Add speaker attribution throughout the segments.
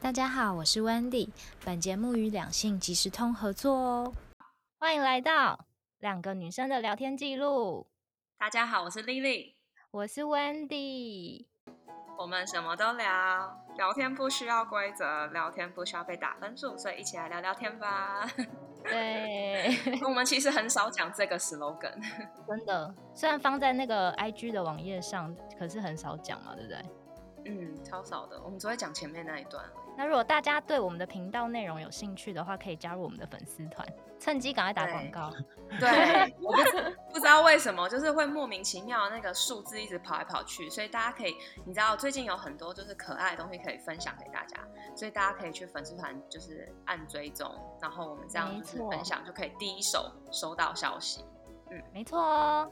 Speaker 1: 大家好，我是 Wendy。本节目与两性即时通合作哦。欢迎来到两个女生的聊天记录。
Speaker 2: 大家好，我是 Lily，
Speaker 1: 我是 Wendy。
Speaker 2: 我们什么都聊，聊天不需要规则，聊天不需要被打分数，所以一起来聊聊天 吧。
Speaker 1: 对，
Speaker 2: 我们其实很少讲这个 slogan，
Speaker 1: 真的，虽然放在那个 IG 的网页上，可是很少讲嘛，对不对？
Speaker 2: 嗯，超少的，我们只会讲前面那一段而已。
Speaker 1: 那如果大家对我们的频道内容有兴趣的话，可以加入我们的粉丝团，趁机赶快打广告。
Speaker 2: 对，我不不知道为什么，就是会莫名其妙那个数字一直跑来跑去，所以大家可以，你知道最近有很多就是可爱的东西可以分享给大家，所以大家可以去粉丝团就是按追踪，然后我们这样就是
Speaker 1: 没错
Speaker 2: 分享就可以第一手收到消息。
Speaker 1: 没错哦，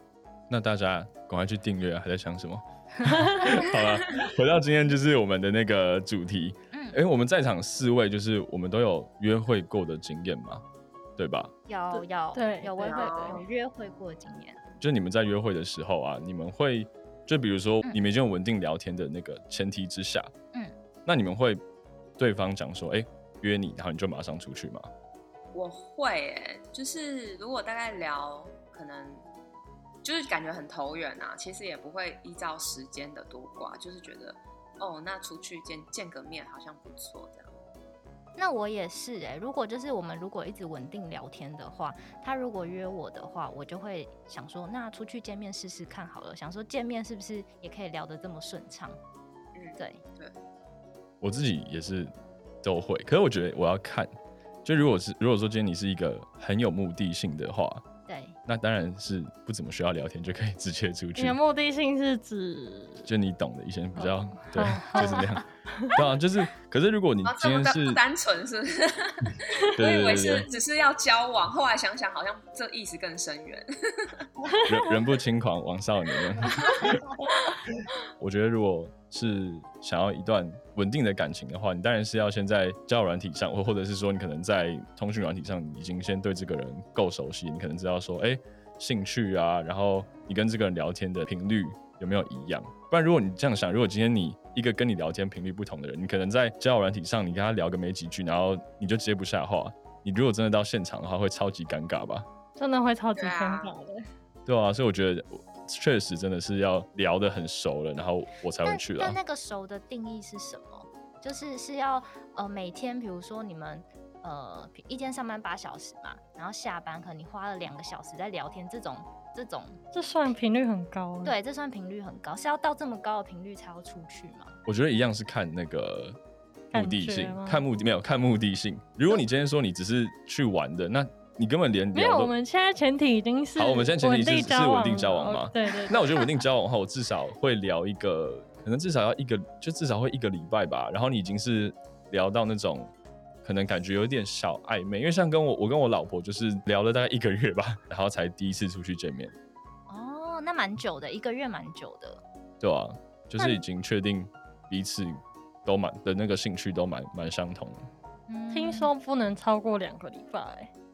Speaker 3: 那大家赶快去订阅、啊，还在想什么？ 好了，回到今天就是我们的那个主题。
Speaker 1: 嗯
Speaker 3: 哎、我们在场四位就是我们都有约会过的经验嘛，对吧？
Speaker 1: 有有
Speaker 4: 对
Speaker 1: 有我也
Speaker 2: 对
Speaker 1: 会
Speaker 2: 啊
Speaker 1: 有约会过的经验。
Speaker 3: 就是你们在约会的时候啊，你们会就比如说你们已经有稳定聊天的那个前提之下，
Speaker 1: 嗯
Speaker 3: 嗯，那你们会对方讲说，哎、约你，然后你就马上出去吗？
Speaker 2: 我会、欸，就是如果大概聊，可能就是感觉很投缘啊，其实也不会依照时间的多寡，就是觉得哦，那出去见见个面好像不错这样。
Speaker 1: 那我也是哎、如果就是我们如果一直稳定聊天的话，他如果约我的话，我就会想说，那出去见面试试看好了，想说见面是不是也可以聊得这么顺畅？
Speaker 2: 嗯，
Speaker 1: 对，
Speaker 3: 我自己也是都会，可是我觉得我要看，就如果是如果说今天你是一个很有目的性的话，
Speaker 1: 对，
Speaker 3: 那当然是不怎么需要聊天就可以直接出
Speaker 4: 你
Speaker 3: 去
Speaker 4: 的，目的性是指
Speaker 3: 就你懂的，以前比较、
Speaker 4: 哦
Speaker 3: 对
Speaker 4: 哦，
Speaker 3: 就是那样。对啊，就是，可是如果你
Speaker 2: 啊，这
Speaker 3: 今
Speaker 2: 么
Speaker 3: 天
Speaker 2: 单
Speaker 3: 是，
Speaker 2: 不单纯是不是？ 我
Speaker 3: 对
Speaker 2: 以为
Speaker 3: 对对
Speaker 2: 是
Speaker 3: 对
Speaker 2: 只是要交往，后来想想好像这意思更深远。
Speaker 3: 对，人人不轻狂枉少年。啊 我觉得如果是想要一段稳定的感情的话，你当然是要先在交友软体上，或或者是说你可能在通讯软体上，你已经先对这个人够熟悉，你可能知道说，哎、兴趣啊，然后你跟这个人聊天的频率有没有一样？不然如果你这样想，如果今天你一个跟你聊天频率不同的人，你可能在交友软体上，你跟他聊个没几句，然后你就接不下话，你如果真的到现场的话，会超级尴尬吧？
Speaker 4: 真的会超级
Speaker 2: 对
Speaker 4: 尴
Speaker 2: 啊
Speaker 4: 尬的。
Speaker 3: 对啊，所以我觉得确实真的是要聊得很熟了，然后我才会
Speaker 1: 但
Speaker 3: 去啊啦
Speaker 1: 但。那个熟的定义是什么？就是是要呃每天，比如说你们呃一天上班八小时嘛，然后下班可能你花了两个小时在聊天，这种这种
Speaker 4: 这算频率很高啊，
Speaker 1: 对，这算频率很高，是要到这么高的频率才要出去吗？
Speaker 3: 我觉得一样是看那个目的
Speaker 4: 感觉
Speaker 3: 性
Speaker 4: 吗，
Speaker 3: 看目的没有看目的性。如果你今天说你只是去玩的，那你根本连
Speaker 4: 没有，
Speaker 3: 聊
Speaker 4: 我
Speaker 3: 都
Speaker 4: 们现在前提已经是
Speaker 3: 好我们现在前提是
Speaker 4: 稳定交往
Speaker 3: 是稳定交往吗
Speaker 4: 哦对对对，
Speaker 3: 那我觉得稳定交往后，我至少会聊一个，可能至少要一个，就至少会一个礼拜吧。然后你已经是聊到那种，可能感觉有点小暧昧，因为像跟我，我跟我老婆就是聊了大概一个月吧，然后才第一次出去见面，
Speaker 1: 哦，那蛮久的，一个月蛮久的。
Speaker 3: 对吧、就是已经确定彼此都蛮的那个兴趣都蛮蛮相同的。
Speaker 1: 嗯
Speaker 4: 听说不能超过两个礼拜、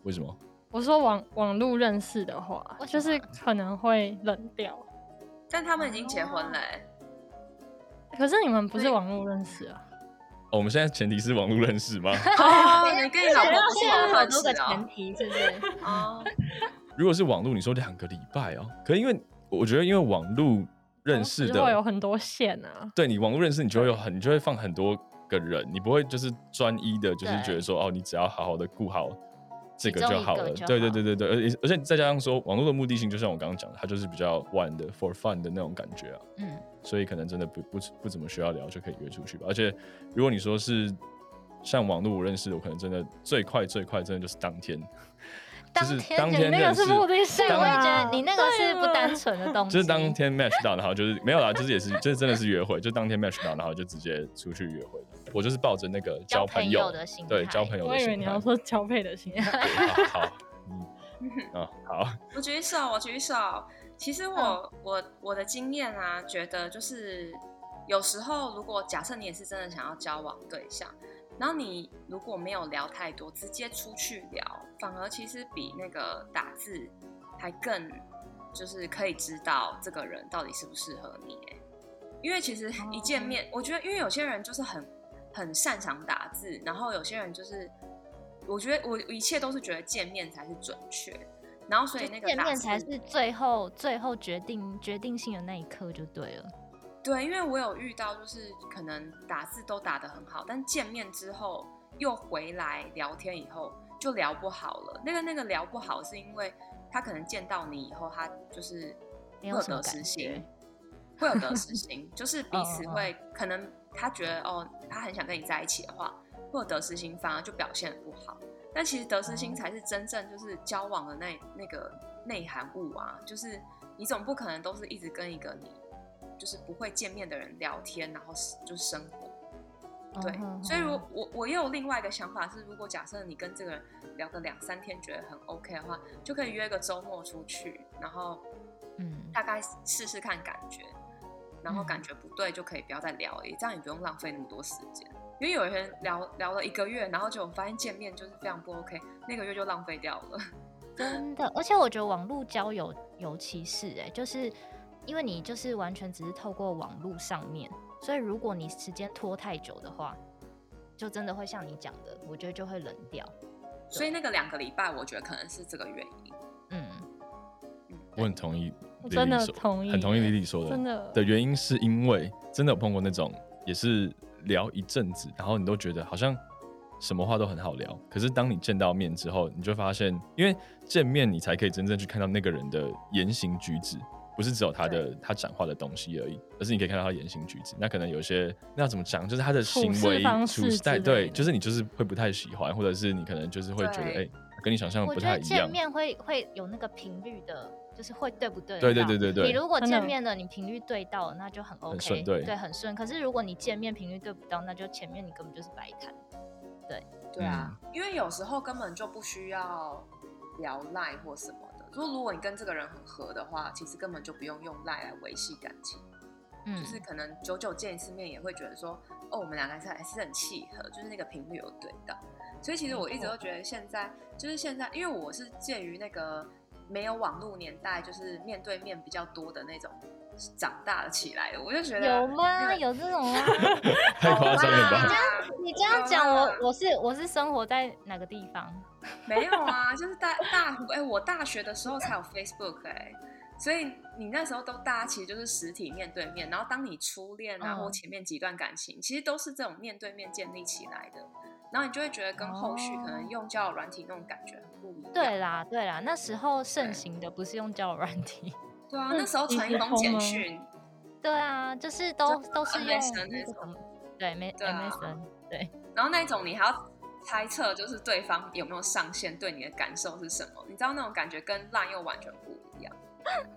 Speaker 3: 为什么？
Speaker 4: 我说网网络认识的话
Speaker 1: 为，什
Speaker 4: 就
Speaker 1: 么啊
Speaker 4: 是可能会冷掉。
Speaker 2: 但他们已经结婚了、欸，
Speaker 4: 可是你们不
Speaker 2: 对
Speaker 4: 是网络认识啊？
Speaker 3: 哦，我们现在前提是网络认识吗？
Speaker 2: 哦，你跟你老婆
Speaker 1: 要
Speaker 2: 不是
Speaker 1: 先有
Speaker 2: 网
Speaker 1: 很多
Speaker 2: 络
Speaker 1: 个
Speaker 2: 认识
Speaker 1: 前
Speaker 2: 哦
Speaker 1: 提，是不是？
Speaker 2: 哦，
Speaker 3: 如果是网络，你说两个礼拜哦，可因为我觉得因为网络认
Speaker 1: 嗯
Speaker 3: 识
Speaker 4: 同时会有
Speaker 3: 的，
Speaker 4: 很多线啊。
Speaker 3: 对你网络认识，你就会有很，你就会放很多个人，你不会就是专一的，就是
Speaker 1: 对
Speaker 3: 觉得说哦，你只要好好的顾好这个
Speaker 1: 其中
Speaker 3: 就
Speaker 1: 一
Speaker 3: 好
Speaker 1: 个
Speaker 3: 了。
Speaker 1: 就
Speaker 3: 对对
Speaker 1: 好
Speaker 3: 对对对，而且而且再加上说网络的目的性，就像我刚刚讲的，它就是比较玩的 for fun 的那种感觉啊。
Speaker 1: 嗯，
Speaker 3: 所以可能真的不不不怎么需要聊就可以约出去吧。而且如果你说是像网络我认识的，我可能真的最快最快真的就是 当天，就
Speaker 1: 当
Speaker 3: 是
Speaker 1: 天
Speaker 3: 当
Speaker 1: 就
Speaker 3: 天
Speaker 4: 你那
Speaker 3: 认
Speaker 4: 个
Speaker 3: 识
Speaker 4: 是。目的性
Speaker 1: 对，我也觉
Speaker 4: 啊，
Speaker 1: 得你那个是不单纯的东西，
Speaker 3: 就是当天 match 到，然后就是没有啦，就是也是，就是真的是约会，就当天 match 到，然后就直接出去约会的。我就是抱着那个
Speaker 1: 交
Speaker 3: 朋
Speaker 1: 朋
Speaker 3: 友
Speaker 1: 友的心
Speaker 3: 对
Speaker 1: 态
Speaker 3: 交朋友
Speaker 4: 我
Speaker 3: 的
Speaker 4: 以
Speaker 3: 心态。
Speaker 4: 为你要说交配的心态。
Speaker 3: 好好，嗯， 啊好，
Speaker 2: 我举手，我举手。其实我、我我的经验啊，觉得就是有时候，如果假设你也是真的想要交往对象，然后你如果没有聊太多，直接出去聊，反而其实比那个打字还更，就是可以知道这个人到底适不适合你欸。因为其实一见面，我觉得因为有些人就是很很擅长打字，然后有些人就是，我觉得我一切都是觉得见面才是准确，然后所以那个
Speaker 1: 见
Speaker 2: 打
Speaker 1: 面
Speaker 2: 字
Speaker 1: 才是最后最后决定决定性的那一刻就对了。
Speaker 2: 对，因为我有遇到，就是可能打字都打得很好，但见面之后又回来聊天以后就聊不好了。那个那个聊不好，是因为他可能见到你以后，他就是
Speaker 1: 没
Speaker 2: 会
Speaker 1: 有
Speaker 2: 有
Speaker 1: 什么
Speaker 2: 得
Speaker 1: 感
Speaker 2: 失
Speaker 1: 觉
Speaker 2: 心，会有得失心，就是彼此
Speaker 1: 嗯嗯
Speaker 2: 会可能他觉得哦，他很想跟你在一起的话，会有得失心，反而就表现得不好。但其实得失心
Speaker 1: 哦
Speaker 2: 才是真正就是交往的那那个内涵物啊，就是你总不可能都是一直跟一个你就是不会见面的人聊天，然后是就是生活。对，
Speaker 1: 嗯
Speaker 2: 所以如
Speaker 1: 哼哼
Speaker 2: 我我也有另外一个想法是，如果假设你跟这个人聊个两三天觉得很 OK 的话，就可以约个周末出去，然后
Speaker 1: 嗯，
Speaker 2: 大概试试看感觉，然后感
Speaker 1: 嗯
Speaker 2: 觉不对就可以不要再聊而已，这样也不用浪费那么多时间。因为有些人聊聊了一个月，然后就发现见面就是非常不 OK，那个月就浪费掉了。
Speaker 1: 真的，而且我觉得网络交友尤其是哎、就是因为你就是完全只是透过网络上面，所以如果你时间拖太久的话，就真的会像你讲的，我觉得就会冷掉。
Speaker 2: 所以那个两个礼拜，我觉得可能是这个原因。嗯
Speaker 1: 嗯，
Speaker 3: 我很同意
Speaker 4: 我
Speaker 3: 李
Speaker 4: 真
Speaker 3: 李
Speaker 4: 的
Speaker 3: 说，
Speaker 4: 同意，
Speaker 3: 很同意李李说的，
Speaker 4: 真的
Speaker 3: 的原因是因为真的有碰过那种也是聊一阵子，然后你都觉得好像什么话都很好聊，可是当你见到面之后，你就发现，因为见面你才可以真正去看到那个人的言行举止，不是只有他的他讲话的东西而已，而是你可以看到他的言行举止。那可能有些那要怎么讲，就是他的
Speaker 4: 处
Speaker 3: 行
Speaker 4: 事
Speaker 3: 为
Speaker 4: 方
Speaker 3: 处
Speaker 4: 式
Speaker 3: 事
Speaker 4: 之
Speaker 3: 对
Speaker 4: 类
Speaker 3: 对，
Speaker 4: 的
Speaker 3: 就是你就是会不太喜欢，或者是你可能就是会觉得哎、
Speaker 2: 对
Speaker 3: 跟你想象
Speaker 1: 我
Speaker 3: 不
Speaker 1: 觉
Speaker 3: 太
Speaker 1: 得
Speaker 3: 一
Speaker 1: 见
Speaker 3: 样。
Speaker 1: 面会会有那个频率的，就是会对不对？
Speaker 3: 对对对对对，
Speaker 1: 你如果
Speaker 4: 真的
Speaker 1: 见面了，你频率对到了，那就很 OK，
Speaker 3: 顺对
Speaker 1: 很顺。可是如果你见面频率对不到，那就前面你根本就是白谈。
Speaker 2: 对啊，因为有时候根本就不需要聊赖或什么的。就如果你跟这个人很合的话，其实根本就不用用赖来维系感情，
Speaker 1: 嗯，
Speaker 2: 就是可能久久见一次面也会觉得说，哦，我们两个还是还是很契合，就是那个频率有对到。所以其实我一直
Speaker 1: 哦
Speaker 2: 都觉得现在就是现在，因为我是介于那个没有网络年代，就是面对面比较多的那种长大了起来的，我就觉得
Speaker 1: 有吗？
Speaker 2: 那个
Speaker 1: 有这种吗？
Speaker 3: 太夸张了
Speaker 2: 有
Speaker 3: 吧
Speaker 2: 啦？
Speaker 1: 你这样讲，
Speaker 2: 啊
Speaker 1: 我我是我是生活在哪个地方？
Speaker 2: 没有啊，就是大大哎、我大学的时候才有 Facebook 哎、所以你那时候都大家其实就是实体面对面，然后当你初恋啊、
Speaker 1: 嗯
Speaker 2: 或前面几段感情，其实都是这种面对面建立起来的，然后你就会觉得跟后续可能用交友软体那种感觉很不一样。
Speaker 1: 对啦对啦，那时候盛行的不是用交友软体，
Speaker 2: 对啊，
Speaker 4: 嗯
Speaker 2: 那时候传一封简讯，
Speaker 1: 对啊，就是都
Speaker 2: 就
Speaker 1: 都是用那
Speaker 2: MSN
Speaker 1: 个
Speaker 2: 那
Speaker 1: 什
Speaker 2: 种
Speaker 1: 么，对，没
Speaker 2: 对啊
Speaker 1: MSN，对，
Speaker 2: 然后那种你还要猜测就是对方有没有上线，对你的感受是什么？你知道那种感觉跟烂又完全不一样。
Speaker 4: 嗯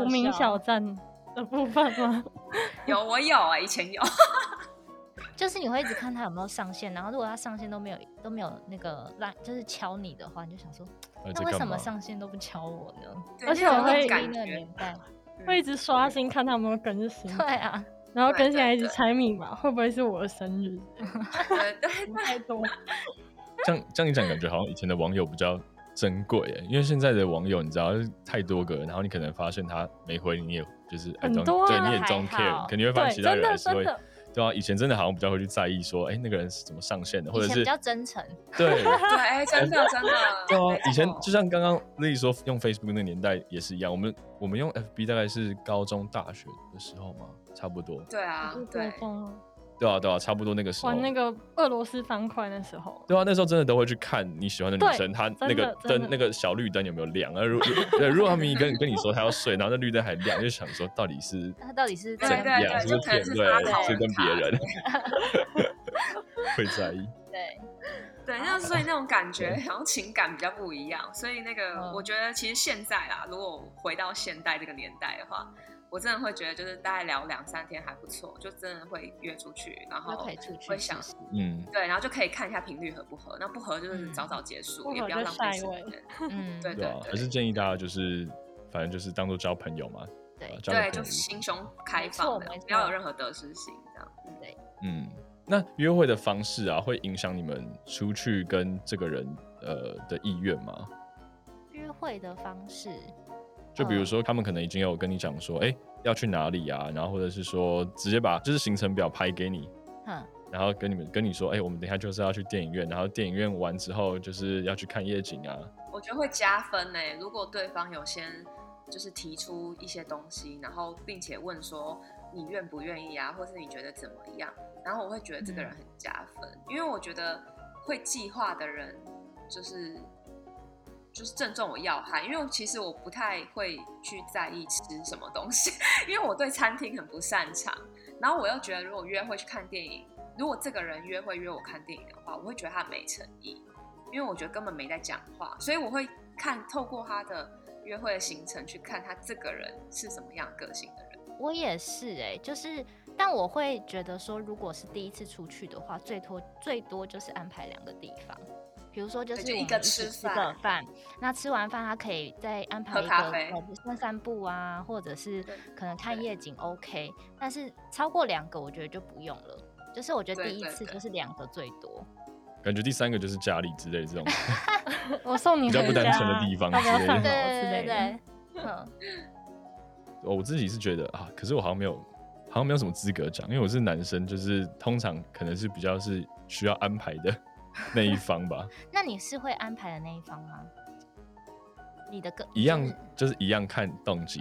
Speaker 4: 无名小站的部分吗？
Speaker 2: 有我有啊、以前有。
Speaker 1: 就是你会一直看他有没有上线，然后如果他上线都没有都没有那个烂，就是敲你的话，你就想说，
Speaker 3: 那
Speaker 1: 那为什么上线都不敲我呢？
Speaker 2: 对啊
Speaker 4: 而且
Speaker 2: 那
Speaker 4: 我
Speaker 2: 种
Speaker 4: 会
Speaker 2: 那种
Speaker 1: 那
Speaker 2: 感
Speaker 1: 个
Speaker 2: 觉
Speaker 1: 年，代，
Speaker 2: 嗯
Speaker 4: 会一直刷新看他有没有更
Speaker 3: 嗯
Speaker 4: 新，
Speaker 1: 对啊，
Speaker 4: 然后更新
Speaker 2: 对对
Speaker 4: 还一直
Speaker 2: 对
Speaker 4: 猜密码，会不会是我的生日？
Speaker 2: 对对
Speaker 4: 太多，
Speaker 3: 这样这样一讲，感觉好像以前的网友比较珍贵耶，因为现在的网友你知道就是太多个，然后你可能发现他没回你也就是
Speaker 4: 很
Speaker 3: I don't-
Speaker 4: 多啊
Speaker 3: 对，你也
Speaker 1: 还
Speaker 3: don't
Speaker 1: 好
Speaker 3: care，肯定会发
Speaker 4: 对，
Speaker 3: 现其他
Speaker 4: 真
Speaker 3: 人还
Speaker 4: 的
Speaker 3: 是
Speaker 4: 真
Speaker 3: 会
Speaker 4: 的，
Speaker 3: 对啊，以前真的好像比较会去在意说，哎、那个人是怎么上线的，或
Speaker 1: 以
Speaker 3: 者
Speaker 1: 前
Speaker 3: 是
Speaker 1: 比较真诚，
Speaker 3: 对。
Speaker 2: 对，哎真的真的。
Speaker 3: 对啊
Speaker 2: 没，错
Speaker 3: 以前就像刚刚丽说用 Facebook 那年代也是一样，我们我们用 FB 大概是高中、大学的时候嘛，差不多。
Speaker 2: 对啊，对
Speaker 4: 国，中啊
Speaker 3: 对啊，对啊，差不多那个时候
Speaker 4: 玩。那个俄罗斯方块那时候，
Speaker 3: 对啊，那时候真的都会去看你喜欢的女
Speaker 4: 对
Speaker 3: 生，她
Speaker 4: 真
Speaker 3: 那
Speaker 4: 的
Speaker 3: 个
Speaker 4: 真
Speaker 3: 灯
Speaker 4: 的
Speaker 3: 那个小绿灯有没有亮？呃而如 对，如果他们跟跟你说她要睡，然后那绿灯还亮，就想说到底是
Speaker 1: 他到底是
Speaker 2: 对
Speaker 1: 怎
Speaker 3: 怎
Speaker 2: 对对
Speaker 3: 样，
Speaker 1: 样？
Speaker 3: 是
Speaker 2: 就
Speaker 3: 不是
Speaker 2: 可能
Speaker 3: 骗
Speaker 2: 是
Speaker 3: 对
Speaker 1: 发，
Speaker 3: 是
Speaker 2: 好
Speaker 3: 跟
Speaker 2: 人
Speaker 3: 别
Speaker 2: 卡
Speaker 3: 人会在意。
Speaker 1: 对，
Speaker 2: 对，那所以那种感觉，然后情感比较不一样，所以那个
Speaker 1: 嗯
Speaker 2: 我觉得其实现在啦，如果回到现代这个年代的话，我真的会觉得就是大概聊两三天还不错，就真的会约出去，然
Speaker 1: 就
Speaker 2: 后
Speaker 1: 可以出去
Speaker 2: 哦会
Speaker 1: 试
Speaker 2: 想
Speaker 1: 试。
Speaker 3: 嗯，
Speaker 2: 对，然后就可以看一下频率合不合，那不合就是
Speaker 1: 嗯
Speaker 2: 早早结束，
Speaker 4: 不
Speaker 2: 也
Speaker 4: 合
Speaker 2: 不要
Speaker 4: 就
Speaker 2: 浪
Speaker 4: 下
Speaker 2: 费
Speaker 4: 一
Speaker 2: 时
Speaker 4: 位
Speaker 2: 间。
Speaker 1: 嗯，
Speaker 2: 对
Speaker 3: 对啊，还是建议大家就是反正就是当做交朋友嘛，
Speaker 1: 对
Speaker 3: 啊，交
Speaker 2: 对，
Speaker 3: 个朋友
Speaker 2: 就。心胸开放的
Speaker 1: 没错没，错
Speaker 2: 不要有任何得失心这样。
Speaker 3: 嗯，那约会的方式啊，会影响你们出去跟这个人呃的意愿吗？
Speaker 1: 约会的方式，
Speaker 3: 就比如
Speaker 1: 嗯
Speaker 3: 说，他们可能已经有跟你讲说，哎、要去哪里啊，然后或者是说直接把就是行程表拍给你，
Speaker 1: 哼，
Speaker 3: 然后跟你们跟你说，哎、我们等一下就是要去电影院，然后电影院完之后就是要去看夜景啊，
Speaker 2: 我觉得会加分呢、欸如果对方有先就是提出一些东西，然后并且问说你愿不愿意啊，或是你觉得怎么样，然后我会觉得这个人很加分，因为我觉得会计划的人就是就是正中我要害，因为其实我不太会去在意吃什么东西， 因为我对餐厅很不擅长，然后我又觉得如果约会去看电影，如果这个人约会约我看电影的话，我会觉得他没诚意。因为我觉得根本没在讲话，所以我会看透过他的约会的行程去看他这个人是什么样个性的人。
Speaker 1: 我也是哎、就是，但我会觉得说，如果是第一次出去的话，最多最多就是安排两个地方，比如说就是
Speaker 2: 对就
Speaker 1: 我
Speaker 2: 一
Speaker 1: 们
Speaker 2: 个
Speaker 1: 一起
Speaker 2: 吃
Speaker 1: 吃
Speaker 2: 饭
Speaker 1: 个饭，那吃完饭他可以再安排
Speaker 2: 喝
Speaker 1: 一个
Speaker 2: 咖啡
Speaker 1: 呃散散步啊，或者是
Speaker 2: 对
Speaker 1: 可能看
Speaker 2: 对
Speaker 1: 夜景 OK，但是超过两个我觉得就不用了，就是我觉得
Speaker 2: 对
Speaker 1: 第一
Speaker 2: 对
Speaker 1: 次
Speaker 2: 对
Speaker 1: 就是两个最 多，
Speaker 3: 感觉第三个就是家里之类这种
Speaker 4: 我送你
Speaker 3: 比较不
Speaker 4: 回
Speaker 3: 单
Speaker 4: 家
Speaker 3: 纯的地方
Speaker 4: 大家
Speaker 3: 之类
Speaker 4: 饭
Speaker 3: 的
Speaker 4: 好
Speaker 3: 对
Speaker 4: 之类 的。，
Speaker 1: 嗯，
Speaker 3: 我我自己是觉得啊，可是我好像没有，好像没有什么资格讲，因为我是男生，就是通常可能是比较是需要安排的 那一方吧，
Speaker 1: 那你是会安排的那一方吗？你的个
Speaker 3: 一样
Speaker 1: 就是
Speaker 3: 就是一样看动机。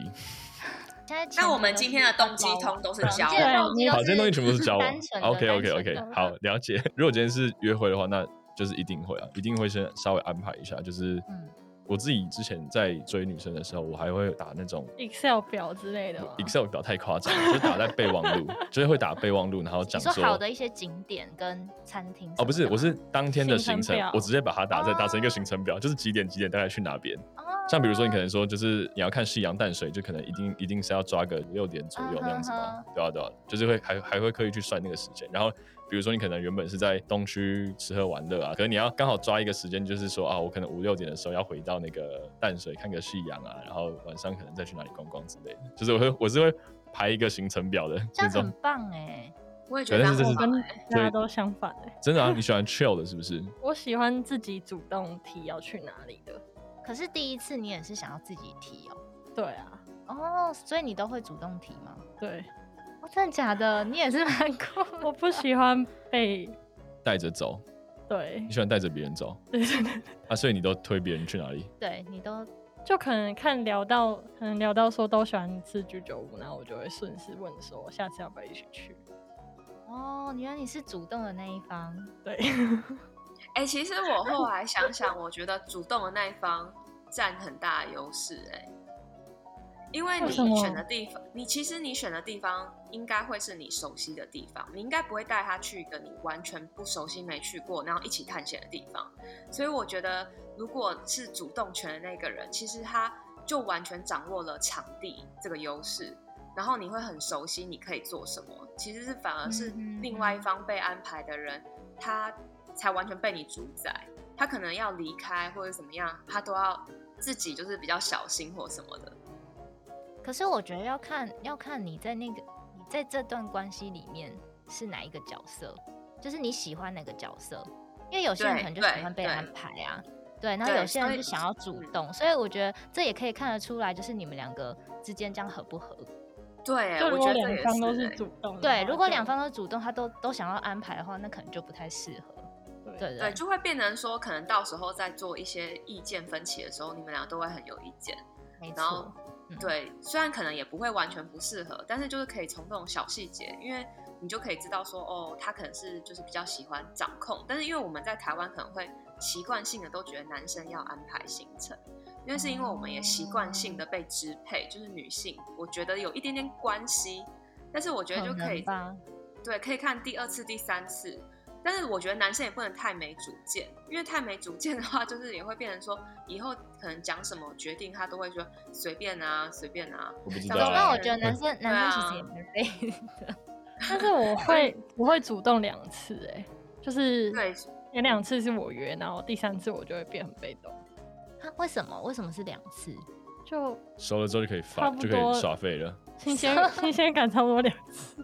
Speaker 1: 现在前
Speaker 2: 那我
Speaker 1: 提
Speaker 2: 们
Speaker 1: 都
Speaker 2: 今
Speaker 1: 是
Speaker 2: 天的动机
Speaker 1: 交往
Speaker 2: 通都是
Speaker 1: 嗯
Speaker 2: 交
Speaker 1: 这些
Speaker 4: 往
Speaker 1: 动机
Speaker 4: 对
Speaker 1: 都
Speaker 3: 好，
Speaker 1: 是
Speaker 3: 这些东西全部都是交往
Speaker 1: 单纯。的
Speaker 3: OK OK
Speaker 1: 单
Speaker 3: OK，
Speaker 1: 纯的
Speaker 3: 好，了解。 如果今天是约会的话，那就是一定会啊，一定会先稍微安排一下。就是
Speaker 1: 嗯
Speaker 3: 我自己之前在追女生的时候，我还会打那种
Speaker 4: Excel 表之类
Speaker 1: 啊
Speaker 4: 的吗
Speaker 3: Excel 表太夸张，了，就是打在备忘录，就是会打备忘录，然后
Speaker 1: 你
Speaker 3: 讲
Speaker 1: 说好的一些景点跟餐厅什
Speaker 3: 哦，
Speaker 1: 么
Speaker 3: 不是，
Speaker 1: 的
Speaker 3: 我
Speaker 1: 吗
Speaker 3: 是当天的
Speaker 4: 行
Speaker 3: 行
Speaker 4: 程
Speaker 3: 程
Speaker 4: 表，
Speaker 3: 我直接把它打在打成一个
Speaker 1: 哦
Speaker 3: 行程表，就是几点几点大概去哪边。
Speaker 1: 哦
Speaker 3: 像比如说，你可能说就是你要看夕阳淡水，就可能一定一定是要抓个五六点左右那样子
Speaker 1: 啊
Speaker 3: 嘛，对啊对啊，就是会还还会刻意去算那个时间。然后比如说你可能原本是在东区吃喝玩乐啊，可能你要刚好抓一个时间，就是说啊，我可能五六点的时候要回到那个淡水看个夕阳啊，然后晚上可能再去哪里逛逛之类的。就是我会我是会排一个行程表的
Speaker 1: 这
Speaker 3: 那
Speaker 1: 样很
Speaker 3: 种。
Speaker 1: 棒哎，
Speaker 2: 我也觉
Speaker 3: 对，
Speaker 2: 得
Speaker 3: 但
Speaker 2: 他
Speaker 3: 是这是
Speaker 2: 很
Speaker 4: 跟
Speaker 2: 棒、
Speaker 4: 大家都相反哎、
Speaker 3: 真的啊，你喜欢 chill 的是不是？
Speaker 4: 我喜欢自己主动提要去哪里的。
Speaker 1: 可是第一次你也是想要自己提哦，
Speaker 4: 对啊，
Speaker 1: 哦，所以你都会主动提吗？
Speaker 4: 对，
Speaker 1: 哦，真的假的？你也是 蛮酷的。
Speaker 4: 我不喜欢被
Speaker 3: 带着走，
Speaker 4: 对
Speaker 3: 你喜欢带着别人走
Speaker 4: 对对对，
Speaker 3: 啊？所以你都推别人去哪里？
Speaker 1: 对你都
Speaker 4: 就可能看聊到可能聊到说都喜欢吃居酒屋，然后我就会顺势问说下次要不要一起去。
Speaker 1: 哦，原来你是主动的那一方，
Speaker 4: 对，
Speaker 2: 哎、其实我后来想想，我觉得主动的那一方占很大的优势哎，因为
Speaker 4: 为什么
Speaker 2: 你选的地方，你其实你选的地方应该会是你熟悉的地方，你应该不会带他去一个你完全不熟悉、没去过，然后一起探险的地方。所以我觉得，如果是主动权的那个人，其实他就完全掌握了场地这个优势。然后你会很熟悉你可以做什么，其实是反而是
Speaker 1: 嗯嗯
Speaker 2: 另外一
Speaker 1: 嗯
Speaker 2: 方被安排的人，他才完全被你主宰。他可能要离开或者怎么样，他都要自己就是比较小心或什么的。
Speaker 1: 可是我觉得要看要看你在那个你在这段关系里面是哪一个角色，就是你喜欢哪个角色，因为有些人
Speaker 2: 对
Speaker 1: 可能就
Speaker 2: 对
Speaker 1: 喜欢被
Speaker 2: 对
Speaker 1: 安排啊，对，然后
Speaker 2: 对
Speaker 1: 有些人
Speaker 2: 所
Speaker 1: 就
Speaker 2: 以
Speaker 1: 想要主
Speaker 2: 嗯
Speaker 1: 动，所以我觉得这也可以看得出来，就是你们两个之间这样合不合。
Speaker 2: 嗯对，
Speaker 4: 就
Speaker 2: 我
Speaker 4: 如
Speaker 2: 觉得
Speaker 4: 果
Speaker 2: 这
Speaker 4: 两
Speaker 2: 也
Speaker 4: 方都是
Speaker 2: 欸
Speaker 4: 主动的话，
Speaker 1: 对，如果
Speaker 4: 就
Speaker 1: 两方都主动，他都都想要安排的话，那可能就不太适合。对
Speaker 2: 对，就会变成说，可能到时候在做一些意见分歧的时候，你们俩都会很有意见。
Speaker 1: 没
Speaker 2: 然后
Speaker 1: 错，嗯
Speaker 2: 对，虽然可能也不会完全不适合，但是就是可以从这种小细节，因为你就可以知道说，哦，他可能是就是比较喜欢掌控，但是因为我们在台湾可能会习惯性的都觉得男生要安排行程，因为是因为我们也习惯性的被支配，就是女性，我觉得有一点点关系，但是我觉得就可以
Speaker 1: 能吧。
Speaker 2: 对，可以看第二次、第三次。但是我觉得男生也不能太没主见，因为太没主见的话，就是也会变成说，以后可能讲什么决定，他都会说随便啊，随便啊。
Speaker 3: 我不知
Speaker 2: 小
Speaker 3: 道
Speaker 2: 时候
Speaker 1: 但
Speaker 3: 啊
Speaker 1: 我。觉得男生男生其实
Speaker 2: 啊
Speaker 1: 也蛮累的。
Speaker 4: 但是我会我会主动两次、哎，就是
Speaker 2: 对，
Speaker 4: 有两次是我约，然后第三次我就会变很被动，
Speaker 1: 他 为什么？为什么是两次？
Speaker 4: 就
Speaker 3: 熟了之后就可以
Speaker 4: 差
Speaker 3: 发，
Speaker 4: 不
Speaker 3: 就可
Speaker 4: 多
Speaker 3: 以耍废了。
Speaker 4: 新 鲜新鲜感差不多两次。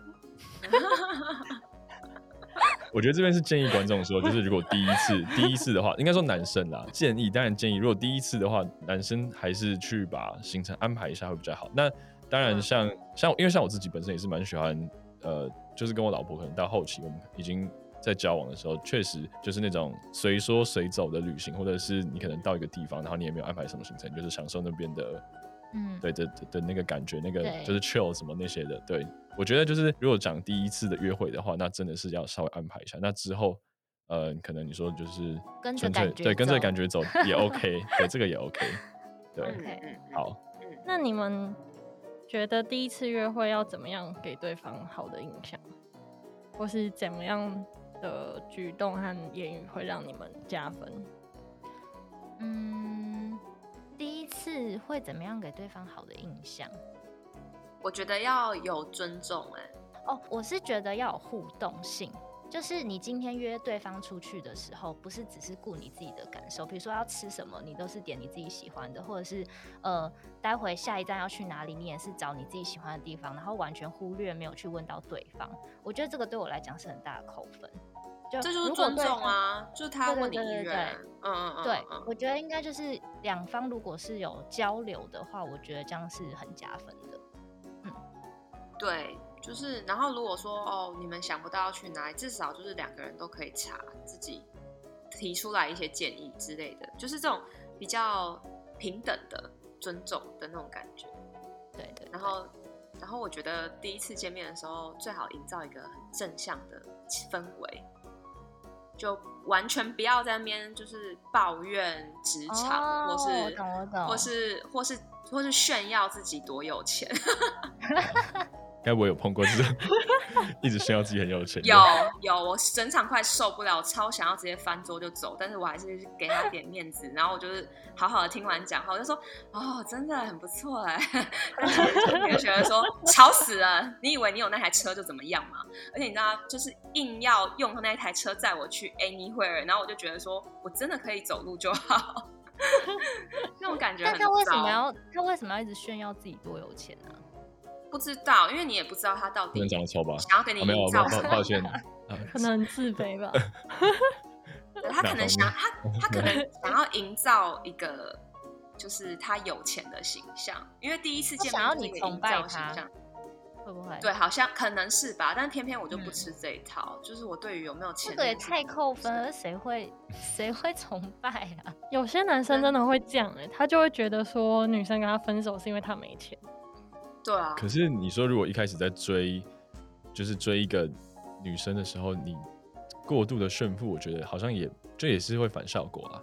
Speaker 3: 我觉得这边是建议观众说，就是如果第一次第一次的话，应该说男生啦，建议当然建议，如果第一次的话，男生还是去把行程安排一下会比较好。那当然
Speaker 2: 嗯
Speaker 3: 像像因为像我自己本身也是蛮喜欢呃就是跟我老婆可能到后期，我们已经在交往的时候，确实就是那种随说随走的旅行，或者是你可能到一个地方，然后你也没有安排什么行程，你就是享受那边的
Speaker 1: 嗯，
Speaker 3: 对的的的那个感觉，那个
Speaker 1: 对
Speaker 3: 就是 chill 什么那些的。对我觉得就是如果讲第一次的约会的话，那真的是要稍微安排一下。那之后，呃，可能你说就是
Speaker 1: 跟着
Speaker 3: 纯
Speaker 1: 感
Speaker 3: 粹
Speaker 1: 觉
Speaker 3: 对跟着
Speaker 1: 走
Speaker 3: 感觉走也 OK，对这个也 OK，对，
Speaker 2: 嗯
Speaker 1: OK
Speaker 2: 嗯嗯
Speaker 3: 好。
Speaker 2: 嗯
Speaker 4: 那你们觉得第一次约会要怎么样给对方好的印象，或是怎么样的举动和言语会让你们加分？
Speaker 1: 嗯，第一次会怎么样给对方好的印象？
Speaker 2: 我觉得要有尊重、哎，
Speaker 1: 哦，我是觉得要有互动性。就是你今天约对方出去的时候，不是只是顾你自己的感受，比如说要吃什么，你都是点你自己喜欢的，或者是呃，待会下一站要去哪里，你也是找你自己喜欢的地方，然后完全忽略没有去问到对方。我觉得这个对我来讲是很大的扣分。就
Speaker 2: 这就是
Speaker 1: 如果
Speaker 2: 尊
Speaker 1: 对
Speaker 2: 重
Speaker 1: 方
Speaker 2: 啊，就是他
Speaker 1: 对对
Speaker 2: 问你
Speaker 1: 对对
Speaker 2: 意愿啊，嗯嗯嗯，
Speaker 1: 对
Speaker 2: 嗯，嗯
Speaker 1: 我觉得应该就是两方如果是有交流的话，我觉得这样是很加分的。
Speaker 2: 对，就是，然后如果说哦，你们想不到要去哪里，至少就是两个人都可以查自己提出来一些建议之类的，就是这种比较平等的尊重的那种感觉。
Speaker 1: 对对
Speaker 2: 然后，然后我觉得第一次见面的时候，最好营造一个很正向的气氛围，就完全不要在那边就是抱怨职场，
Speaker 1: 哦
Speaker 2: 或
Speaker 1: 我
Speaker 2: 是
Speaker 1: 懂我懂
Speaker 2: 或是或是或是炫耀自己多有钱。
Speaker 3: 该不会有碰过这种 一直炫耀自己很有钱的？
Speaker 2: 有有，我整场快受不了，超想要直接翻桌就走，但是我还是给他点面子，然后我就是好好的听完讲话，我就说哦，真的很不错哎， 但是你就觉得说吵死了，你以为你有那台车就怎么样嘛？而且你知道，就是硬要用那一台车载我去 anywhere，然后我就觉得说我真的可以走路就好， 那种感觉
Speaker 1: 但
Speaker 2: 很糟。
Speaker 1: 他为什么要他为什么要一直炫耀自己多有钱啊呢、
Speaker 2: 不知道？因为你也不知道他到
Speaker 3: 不
Speaker 2: 底
Speaker 3: 能长得丑吧？
Speaker 2: 想要给你
Speaker 3: 啊、没有，
Speaker 2: 营
Speaker 3: 抱
Speaker 2: 造
Speaker 3: 抱
Speaker 2: 什
Speaker 3: 抱
Speaker 2: 么。
Speaker 3: 歉。啊
Speaker 4: 可能很自卑吧。
Speaker 2: 对他
Speaker 3: 哪
Speaker 2: 可能
Speaker 3: 方
Speaker 2: 想
Speaker 3: 面
Speaker 2: 他他可能 想要营造一个就是他有钱的形象，因为第一次
Speaker 1: 他
Speaker 2: 见
Speaker 1: 想
Speaker 2: 面
Speaker 1: 要
Speaker 2: 就是
Speaker 1: 你
Speaker 2: 一个
Speaker 1: 崇
Speaker 2: 营
Speaker 1: 拜
Speaker 2: 造
Speaker 1: 他
Speaker 2: 形象，
Speaker 1: 会不会？
Speaker 2: 对，，好像可能是吧，但偏偏我就不
Speaker 1: 嗯
Speaker 2: 吃这一套，就是我对于有没有钱
Speaker 1: 这个也
Speaker 2: 件事
Speaker 1: 太
Speaker 2: 情
Speaker 1: 扣分了，谁会 谁会崇拜啊？
Speaker 4: 有些男生真的会这样哎、他就会觉得说女生跟他分手是因为他没钱。
Speaker 2: 对啊，
Speaker 3: 可是你说，如果一开始在追，就是追一个女生的时候，你过度的炫富，我觉得好像也这也是会反效果啊。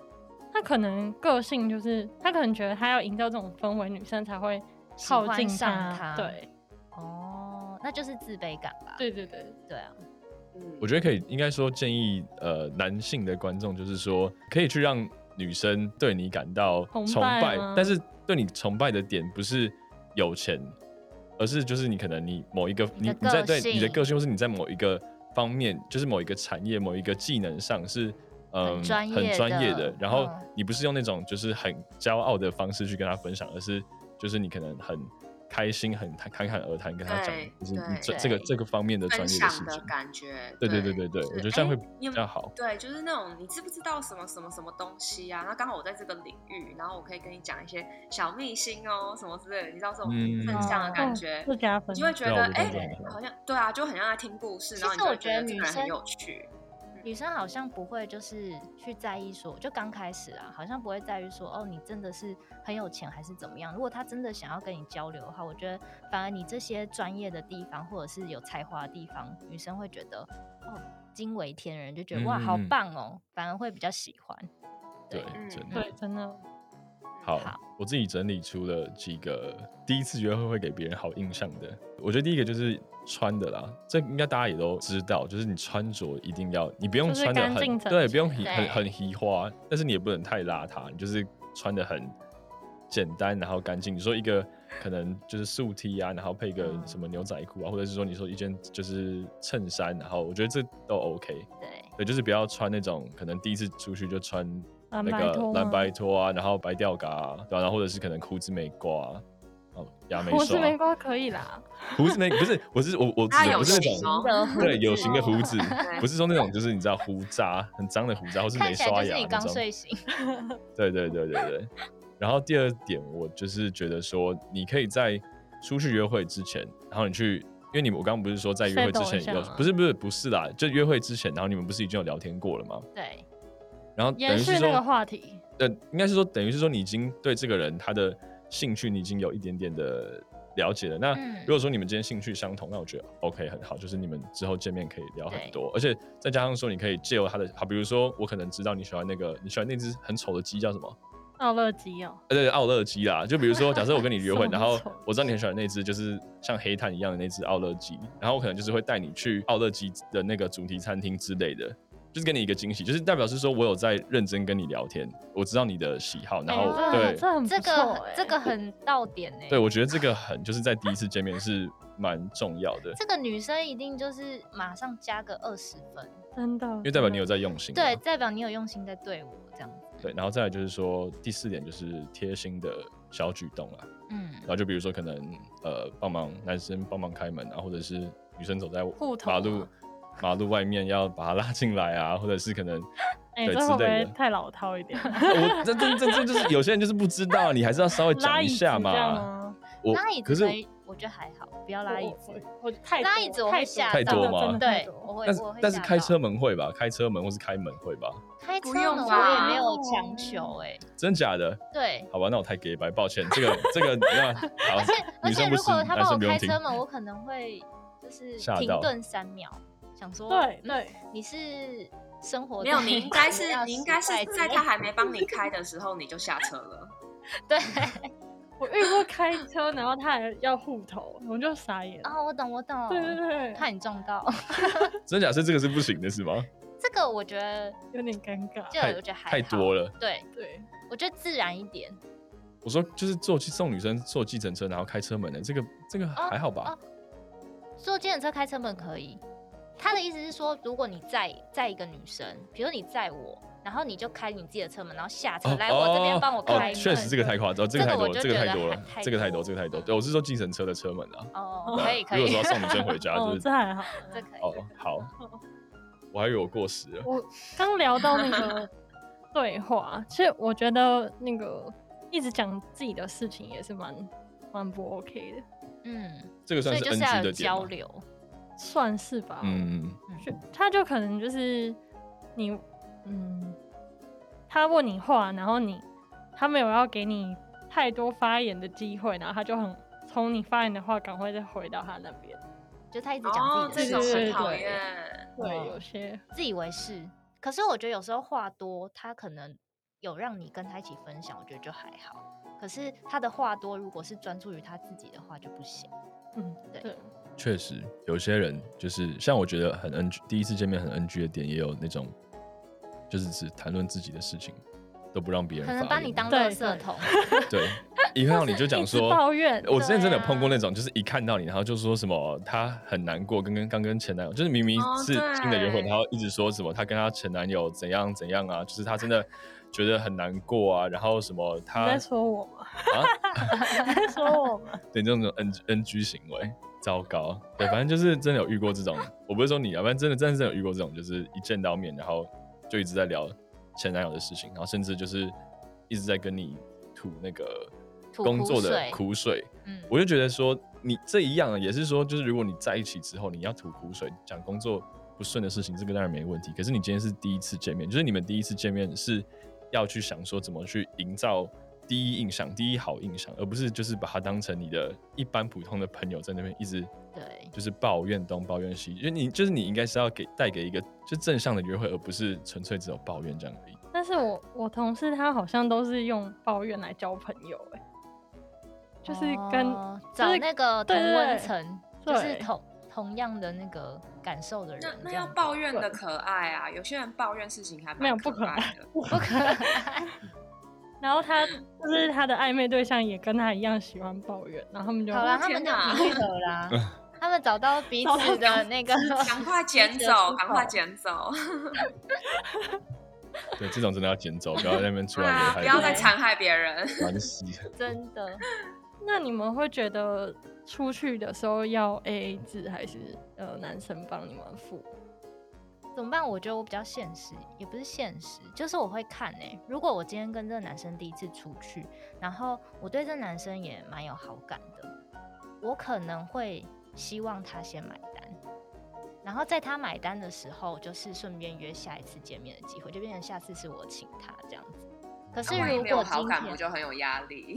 Speaker 4: 他可能个性就是，他可能觉得他要营造这种氛围，女生才会
Speaker 1: 喜
Speaker 4: 靠
Speaker 1: 欢
Speaker 4: 近
Speaker 1: 上他
Speaker 4: 他对
Speaker 2: 嗯
Speaker 1: 哦，那就是自卑感吧？
Speaker 4: 对对对，
Speaker 1: 对啊，
Speaker 2: 嗯
Speaker 3: 我觉得可以，应该说建议呃男性的观众，就是说可以去让女生对你感到
Speaker 4: 崇
Speaker 3: 崇
Speaker 4: 拜
Speaker 3: 拜
Speaker 4: 吗，
Speaker 3: 但是对你崇拜的点不是有钱，而是就是你可能你某一个
Speaker 1: 你
Speaker 3: 你
Speaker 1: 的
Speaker 3: 你在
Speaker 1: 个
Speaker 3: 对你的
Speaker 1: 性
Speaker 3: 个性，或是你在某一个方面，就是某一个产业、某一个技能上是。嗯，
Speaker 1: 很专业
Speaker 3: 很专业
Speaker 1: 的
Speaker 3: 的。然后
Speaker 1: 嗯
Speaker 3: 你不是用那种就是很骄傲的方式去跟他分享，而是就是你可能很开心、很侃侃而谈跟他讲
Speaker 2: 对，
Speaker 3: 就是你
Speaker 2: 对
Speaker 3: 这这个
Speaker 1: 对
Speaker 3: 这个方面的专
Speaker 2: 分
Speaker 3: 业的
Speaker 2: 享
Speaker 3: 事
Speaker 2: 的
Speaker 3: 情。
Speaker 2: 感觉，
Speaker 3: 对
Speaker 2: 对
Speaker 3: 对对对
Speaker 2: 就是
Speaker 3: 对，我觉得这
Speaker 2: 哎
Speaker 3: 样会
Speaker 2: 你
Speaker 3: 比
Speaker 2: 有
Speaker 3: 较好。
Speaker 2: 对，就是那种你知不知道什么什么什么东西啊？那刚好我在这个领域，然后我可以跟你讲一些小秘辛哦，什么之类的，你知道这种
Speaker 3: 嗯
Speaker 2: 正向的
Speaker 1: 哦
Speaker 2: 感
Speaker 4: 嗯
Speaker 2: 觉，
Speaker 4: 是加分
Speaker 2: 你。就会觉得
Speaker 3: 对啊我觉
Speaker 2: 哎、
Speaker 3: 得这样很好
Speaker 2: 好像对啊，就很像在听故事，然后
Speaker 1: 其实
Speaker 2: 你就
Speaker 1: 我
Speaker 2: 会
Speaker 1: 觉
Speaker 2: 觉
Speaker 1: 得
Speaker 2: 这
Speaker 1: 女
Speaker 2: 个人很
Speaker 1: 生
Speaker 2: 有趣。
Speaker 1: 女生好像不会就是去在意说，就刚开始啊，好像不会在于说哦，你真的是很有钱还是怎么样。如果她真的想要跟你交流的话，我觉得反而你这些专业的地方或者是有才华的地方，女生会觉得哦惊为天人，就觉得哇好
Speaker 3: 嗯嗯嗯
Speaker 1: 棒哦，反而会比较喜欢。
Speaker 3: 对
Speaker 2: 嗯，
Speaker 3: 真的
Speaker 4: 对，真的，
Speaker 3: 好
Speaker 1: 好。
Speaker 3: 我自己整理出了几个第一次约会会给别人好印象的。我觉得第一个就是穿的啦，这应该大家也都知道，就是你穿着一定要，你不用
Speaker 4: 就是
Speaker 3: 穿的
Speaker 4: 干
Speaker 3: 很
Speaker 4: 净整
Speaker 3: 对，
Speaker 4: 齐
Speaker 3: 不用很
Speaker 1: 对
Speaker 3: 很很移花，但是你也不能太邋遢，你就是穿的很简单，然后干净。你说一个可能就是素 T 啊，然后配个
Speaker 1: 嗯
Speaker 3: 什么牛仔裤啊，或者是说你说一件就是衬衫，然后我觉得这都 OK。
Speaker 1: 对，
Speaker 3: 对，就是不要穿那种可能第一次出去就穿那
Speaker 4: 蓝白
Speaker 3: 个
Speaker 4: 拖
Speaker 3: 蓝
Speaker 4: 吗
Speaker 3: 白拖啊，然后白吊嘎、啊，对、啊，然后或者是可能胡子没刮、啊，哦，牙没
Speaker 4: 我是
Speaker 3: 刷
Speaker 4: 没
Speaker 3: 啊，
Speaker 4: 瓜可以啦，
Speaker 3: 胡子没不是，我是我我指
Speaker 2: 他
Speaker 3: 的
Speaker 2: 有
Speaker 3: 不是那
Speaker 2: 型
Speaker 3: 种
Speaker 2: 哦，
Speaker 3: 对有型的胡
Speaker 1: 子
Speaker 3: 子，不是说那种就是你知道胡渣很脏的胡渣，或是没
Speaker 1: 看起来
Speaker 3: 刷
Speaker 1: 就是
Speaker 3: 牙
Speaker 1: 你
Speaker 3: 那
Speaker 1: 刚
Speaker 3: 种，
Speaker 1: 睡醒。
Speaker 3: 对对对对对。然后第二点，我就是觉得说，你可以在出去约会之前，然后你去因为你们我刚刚不是说在约会之
Speaker 4: settle 一
Speaker 3: 前
Speaker 4: 下
Speaker 3: 有，
Speaker 4: 吗
Speaker 3: 不是不是不是啦，就约会之前，然后你们不是已经有聊天过了吗？
Speaker 1: 对，
Speaker 3: 然后等
Speaker 4: 延
Speaker 3: 于
Speaker 4: 续
Speaker 3: 是
Speaker 4: 那个
Speaker 3: 说，
Speaker 4: 话题，
Speaker 3: 呃，应该是说等于是说你已经对这个人他的兴趣你已经有一点点的了解了。那
Speaker 1: 嗯
Speaker 3: 如果说你们今天兴趣相同，那我觉得 OK 很好，就是你们之后见面可以聊很
Speaker 1: 对
Speaker 3: 多，而且再加上说你可以借由他的，好，比如说我可能知道你喜欢那个你喜欢那只很丑的鸡叫什么？
Speaker 4: 奥乐基哦，
Speaker 3: 呃，对，奥乐鸡啦。就比如说，假设我跟你约会，
Speaker 4: 什么
Speaker 3: 然后
Speaker 4: 丑
Speaker 3: 我知道你很喜欢那只，就是像黑炭一样的那只奥乐鸡，然后我可能就是会带你去奥乐鸡的那个主题餐厅之类的，就是给你一个惊喜，就是代表是说我有在认真跟你聊天，我知道你的喜好，然后、
Speaker 1: 哦
Speaker 4: 这
Speaker 3: 对
Speaker 4: 哎这很不
Speaker 1: 这
Speaker 4: 错
Speaker 1: 个
Speaker 4: 欸
Speaker 1: 这个很到点哎、
Speaker 3: 对，我觉得这个很就是在第一次见面是蛮重要的，
Speaker 1: 这个女生一定就是马上加个二十分，
Speaker 4: 真的，因
Speaker 3: 因为代表你有在用心嘛。
Speaker 1: 对，代表你有用心在对我这样子。
Speaker 3: 对，然后再来就是说第四点就是贴心的小举动啦。
Speaker 1: 嗯，
Speaker 3: 然后就比如说可能呃帮忙男生帮忙开门啊，或者是女生走在
Speaker 4: 护头
Speaker 3: 马
Speaker 4: 啊
Speaker 3: 路马路外面要把他拉进来啊，或者是可能
Speaker 4: 哎，
Speaker 3: 对
Speaker 4: 这
Speaker 3: 之
Speaker 4: 会不
Speaker 3: 类
Speaker 4: 会
Speaker 3: 的。
Speaker 4: 太老 套一点？
Speaker 3: 我这这这这就是有些人就是不知道，你还是要稍微
Speaker 4: 拉
Speaker 3: 讲一
Speaker 4: 椅子
Speaker 3: 下
Speaker 4: 这样啊
Speaker 3: 嘛。
Speaker 4: 吗？
Speaker 3: 我
Speaker 1: 拉椅
Speaker 3: 可
Speaker 1: 子
Speaker 3: 是
Speaker 1: 可以，我觉得还好，不要拉椅子。
Speaker 4: 我，我我太
Speaker 1: 拉
Speaker 4: 多
Speaker 1: 椅子我
Speaker 4: 太
Speaker 1: 会
Speaker 4: 多
Speaker 1: 吓
Speaker 3: 太
Speaker 1: 到
Speaker 3: 多
Speaker 4: 真的
Speaker 3: 吗
Speaker 4: 真的太
Speaker 1: 对，
Speaker 4: 多
Speaker 1: 我会，
Speaker 3: 但是
Speaker 1: 我会
Speaker 3: 但是
Speaker 1: 吓
Speaker 3: 开
Speaker 1: 到
Speaker 3: 车门会吧？开车门或是开门会吧？
Speaker 1: 开车
Speaker 2: 不
Speaker 1: 门
Speaker 2: 用
Speaker 1: 我也
Speaker 2: 吧
Speaker 1: 没有强求哎、
Speaker 3: 真假的？
Speaker 1: 对。
Speaker 3: 好吧，那我太 gay 白，抱歉，这个这个 那好
Speaker 1: 而且，而
Speaker 3: 女
Speaker 1: 且，
Speaker 3: 生不
Speaker 1: 如
Speaker 3: 是，
Speaker 1: 果他
Speaker 3: 男
Speaker 1: 帮我
Speaker 3: 生不用
Speaker 1: 开
Speaker 3: 听。
Speaker 1: 车门，我可能会就是
Speaker 3: 吓
Speaker 1: 停
Speaker 3: 到
Speaker 1: 顿三秒，想说，
Speaker 4: 对
Speaker 1: 嗯，
Speaker 4: 对，
Speaker 1: 你是生活
Speaker 2: 没有，
Speaker 1: 在
Speaker 2: 你应该
Speaker 1: 什么样的
Speaker 2: 是你应该是
Speaker 1: 时代之
Speaker 2: 在
Speaker 1: 内
Speaker 2: 他还没帮你开的时候你就下车了。
Speaker 1: 对，
Speaker 4: 我遇过开车，然后他还要护头，我就傻眼。
Speaker 1: 哦，我懂，我懂，
Speaker 4: 对对对，
Speaker 1: 怕你撞到，
Speaker 3: 真假是这个是不行的，是吗？
Speaker 1: 这个我觉得
Speaker 4: 有点尴尬。
Speaker 1: 就
Speaker 3: 太
Speaker 1: 我觉得还
Speaker 3: 太多
Speaker 1: 了，
Speaker 3: 了。
Speaker 1: 对
Speaker 4: 对，
Speaker 1: 我觉得自然一点
Speaker 3: 我说就是坐计送女生坐计程车，然后开车门的、这个这个还好吧？
Speaker 1: 哦坐计程车开车门可以。他的意思是说，如果你载载一个女生，比如你载我，然后你就开你自己的车门，然后下车、
Speaker 3: 哦
Speaker 1: 来我这边帮我
Speaker 3: 哦
Speaker 1: 开门。
Speaker 3: 确实这个太夸张，这个
Speaker 1: 这个
Speaker 3: 太多
Speaker 1: 我
Speaker 3: 了，
Speaker 1: 就
Speaker 3: 这个
Speaker 1: 觉得
Speaker 3: 太多了
Speaker 1: 还，太
Speaker 3: 这个太
Speaker 1: 多
Speaker 3: 多，这个太多。对，我是说计程车的车门啊。
Speaker 1: 哦，
Speaker 3: 对啊
Speaker 1: 可以可
Speaker 3: 如
Speaker 1: 以
Speaker 3: 果，说要送女生回 家，就
Speaker 4: 哦，
Speaker 3: 是
Speaker 4: 这还好。
Speaker 1: 这可以。
Speaker 3: 哦好，我还以为我过时了。
Speaker 4: 我 刚聊到那个对话，其实我觉得那个一直讲自己的事情也是蛮蛮不 OK 的，
Speaker 1: 嗯，
Speaker 3: 这个
Speaker 1: 所
Speaker 3: 算
Speaker 1: 以
Speaker 3: 是
Speaker 1: 就是要有
Speaker 3: NG 的点吗
Speaker 1: 交。流。
Speaker 4: 算是吧。，
Speaker 3: 嗯，
Speaker 4: 就他就可能就是你，嗯，他问你话，然后你他没有要给你太多发言的机会，然后他就很从你发言的话赶快再回到他那边。
Speaker 1: 就他一直
Speaker 2: 哦
Speaker 1: 讲，自
Speaker 2: 这
Speaker 1: 己的
Speaker 2: 种
Speaker 1: 事情，
Speaker 2: 很
Speaker 4: 对对
Speaker 2: 讨
Speaker 4: 对
Speaker 2: 厌。
Speaker 4: 对，
Speaker 1: 嗯
Speaker 4: 有些
Speaker 1: 自以为是。可是我觉得有时候话多，他可能有让你跟他一起分享，我觉得就还好。可是他的话多，如果是专注于他自己的话就不行。
Speaker 4: 嗯，
Speaker 1: 对
Speaker 4: 对，
Speaker 3: 确实有些人就是像我觉得很 NG，第一次见面很 NG 的点，也有那种就是只谈论自己的事情，都不让别人
Speaker 1: 可
Speaker 3: 发言。
Speaker 1: 能把你当
Speaker 4: 对
Speaker 1: 垃
Speaker 4: 对
Speaker 1: 圾桶，
Speaker 3: 对，一看到你就讲
Speaker 4: 一
Speaker 3: 说
Speaker 4: 直抱怨
Speaker 3: 我之前真的有
Speaker 1: 对啊
Speaker 3: 碰过那种，就是一看到你，然后就说什么她很难过，跟跟刚跟前男友，就是明明
Speaker 2: 哦
Speaker 3: 是新的约会，
Speaker 2: 对
Speaker 3: 然后一直说什么她跟她前男友怎样怎样啊，就是她真的觉得很难过啊，然后什么
Speaker 4: 你
Speaker 3: 她
Speaker 4: 在说我吗？
Speaker 3: 啊，
Speaker 4: 你在说我吗？
Speaker 3: 对这种 N NG 行为，糟糕，对，反正就是真的有遇过 这种，我不是说你啊，反正真的真的真的有遇过这种，就是一见到面，然后就一直在聊前男友的事情，然后甚至就是一直在跟你吐那个
Speaker 1: 吐
Speaker 3: 工
Speaker 1: 苦
Speaker 3: 作的
Speaker 1: 水
Speaker 3: 苦水，
Speaker 1: 嗯，
Speaker 3: 我就觉得说，你这一样啊也是说，就是如果你在一起之后，你要吐苦水、讲工作不顺的事情，这个当然没问题。可是你今天是第一次见面，就是你们第一次见面是要去想说怎么去营造第一印象、第一好印象，而不是就是把它当成你的一般普通的朋友在那边一直
Speaker 1: 对
Speaker 3: 就是抱怨东抱怨西，因为你就是你应该是要给带给一个就正向的约会，而不是纯粹只有抱怨这样而已。
Speaker 4: 但是我我同事他好像都是用抱怨来交朋友、欸，就是跟、
Speaker 1: 哦
Speaker 4: 就
Speaker 1: 找
Speaker 4: 是
Speaker 1: 那个同
Speaker 4: 对对
Speaker 1: 温
Speaker 4: 对
Speaker 1: 层，就是
Speaker 4: 对
Speaker 1: 同同样的那个感受的人
Speaker 2: 那，那
Speaker 1: 这
Speaker 2: 要
Speaker 1: 样子
Speaker 2: 抱怨的可爱啊，有些人抱怨事情还蛮
Speaker 4: 没有不可
Speaker 2: 可
Speaker 4: 爱
Speaker 2: 爱的。
Speaker 1: 不可爱。
Speaker 4: 然后他就是他的暧昧对象也跟他一样喜欢抱怨，然后他们就
Speaker 1: 好啦，他
Speaker 2: 哦天
Speaker 1: 们就
Speaker 2: 哪
Speaker 1: 弥合 啦，他们找到彼
Speaker 4: 找到
Speaker 1: 此的那个
Speaker 2: 赶快捡
Speaker 1: 彼此的出
Speaker 2: 走，赶快
Speaker 1: 口
Speaker 2: 捡走！
Speaker 3: 对，这种真的要捡走，不要在那边出来
Speaker 2: 啊 不
Speaker 3: 危害别
Speaker 2: 要
Speaker 3: 人，
Speaker 2: 再残害别人。
Speaker 3: 烦死了。
Speaker 1: 真的
Speaker 4: 那你们会觉得出去的时候要 A A 制，还是呃男生帮你们付？
Speaker 1: 怎么办？我觉得我比较现实，也不是现实，就是我会看诶、欸如果我今天跟这个男生第一次出去，然后我对这男生也蛮有好感的，我可能会希望他先买单，然后在他买单的时候，就是顺便约下一次见面的机会，就变成下次是我请他这样子。可是
Speaker 2: 那万一
Speaker 1: 如
Speaker 2: 没有
Speaker 1: 果
Speaker 2: 好
Speaker 1: 今
Speaker 2: 感，不
Speaker 1: 天
Speaker 2: 就很有压力？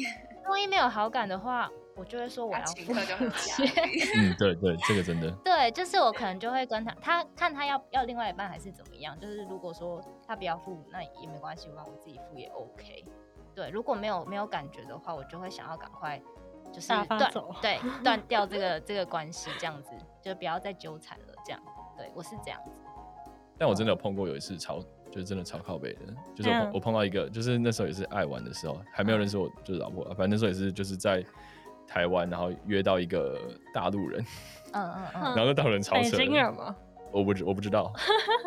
Speaker 1: 万一没有好感的话，我就会说我
Speaker 2: 他
Speaker 1: 要
Speaker 2: 请
Speaker 1: 付
Speaker 2: 客就很有
Speaker 1: 钱。
Speaker 2: 压力。
Speaker 3: 嗯，对对，这个真的，
Speaker 1: 对，就是我可能就会跟他，他看他要要另外一半还是怎么样。就是如果说他不要付，那也没关系，我让我自己付也 OK。对，如果没有没有感觉的话，我就会想要赶快就是
Speaker 4: 大发
Speaker 1: 断
Speaker 4: 走
Speaker 1: 对断掉这个这个关系，这样子就不要再纠缠了。这样，对我是这样子。
Speaker 3: 但我真的有碰过有一次超，就是真的超靠北的，就是我碰、
Speaker 4: 嗯
Speaker 3: 我碰到一个，就是那时候也是爱玩的时候，还没有认识我就是老婆啊，反正那时候也是就是在台湾，然后约到一个大陆人，
Speaker 1: 嗯嗯嗯
Speaker 3: 然后那大陆人超
Speaker 4: 北
Speaker 3: 扯的，
Speaker 4: 京人吗？
Speaker 3: 我不知我不知道，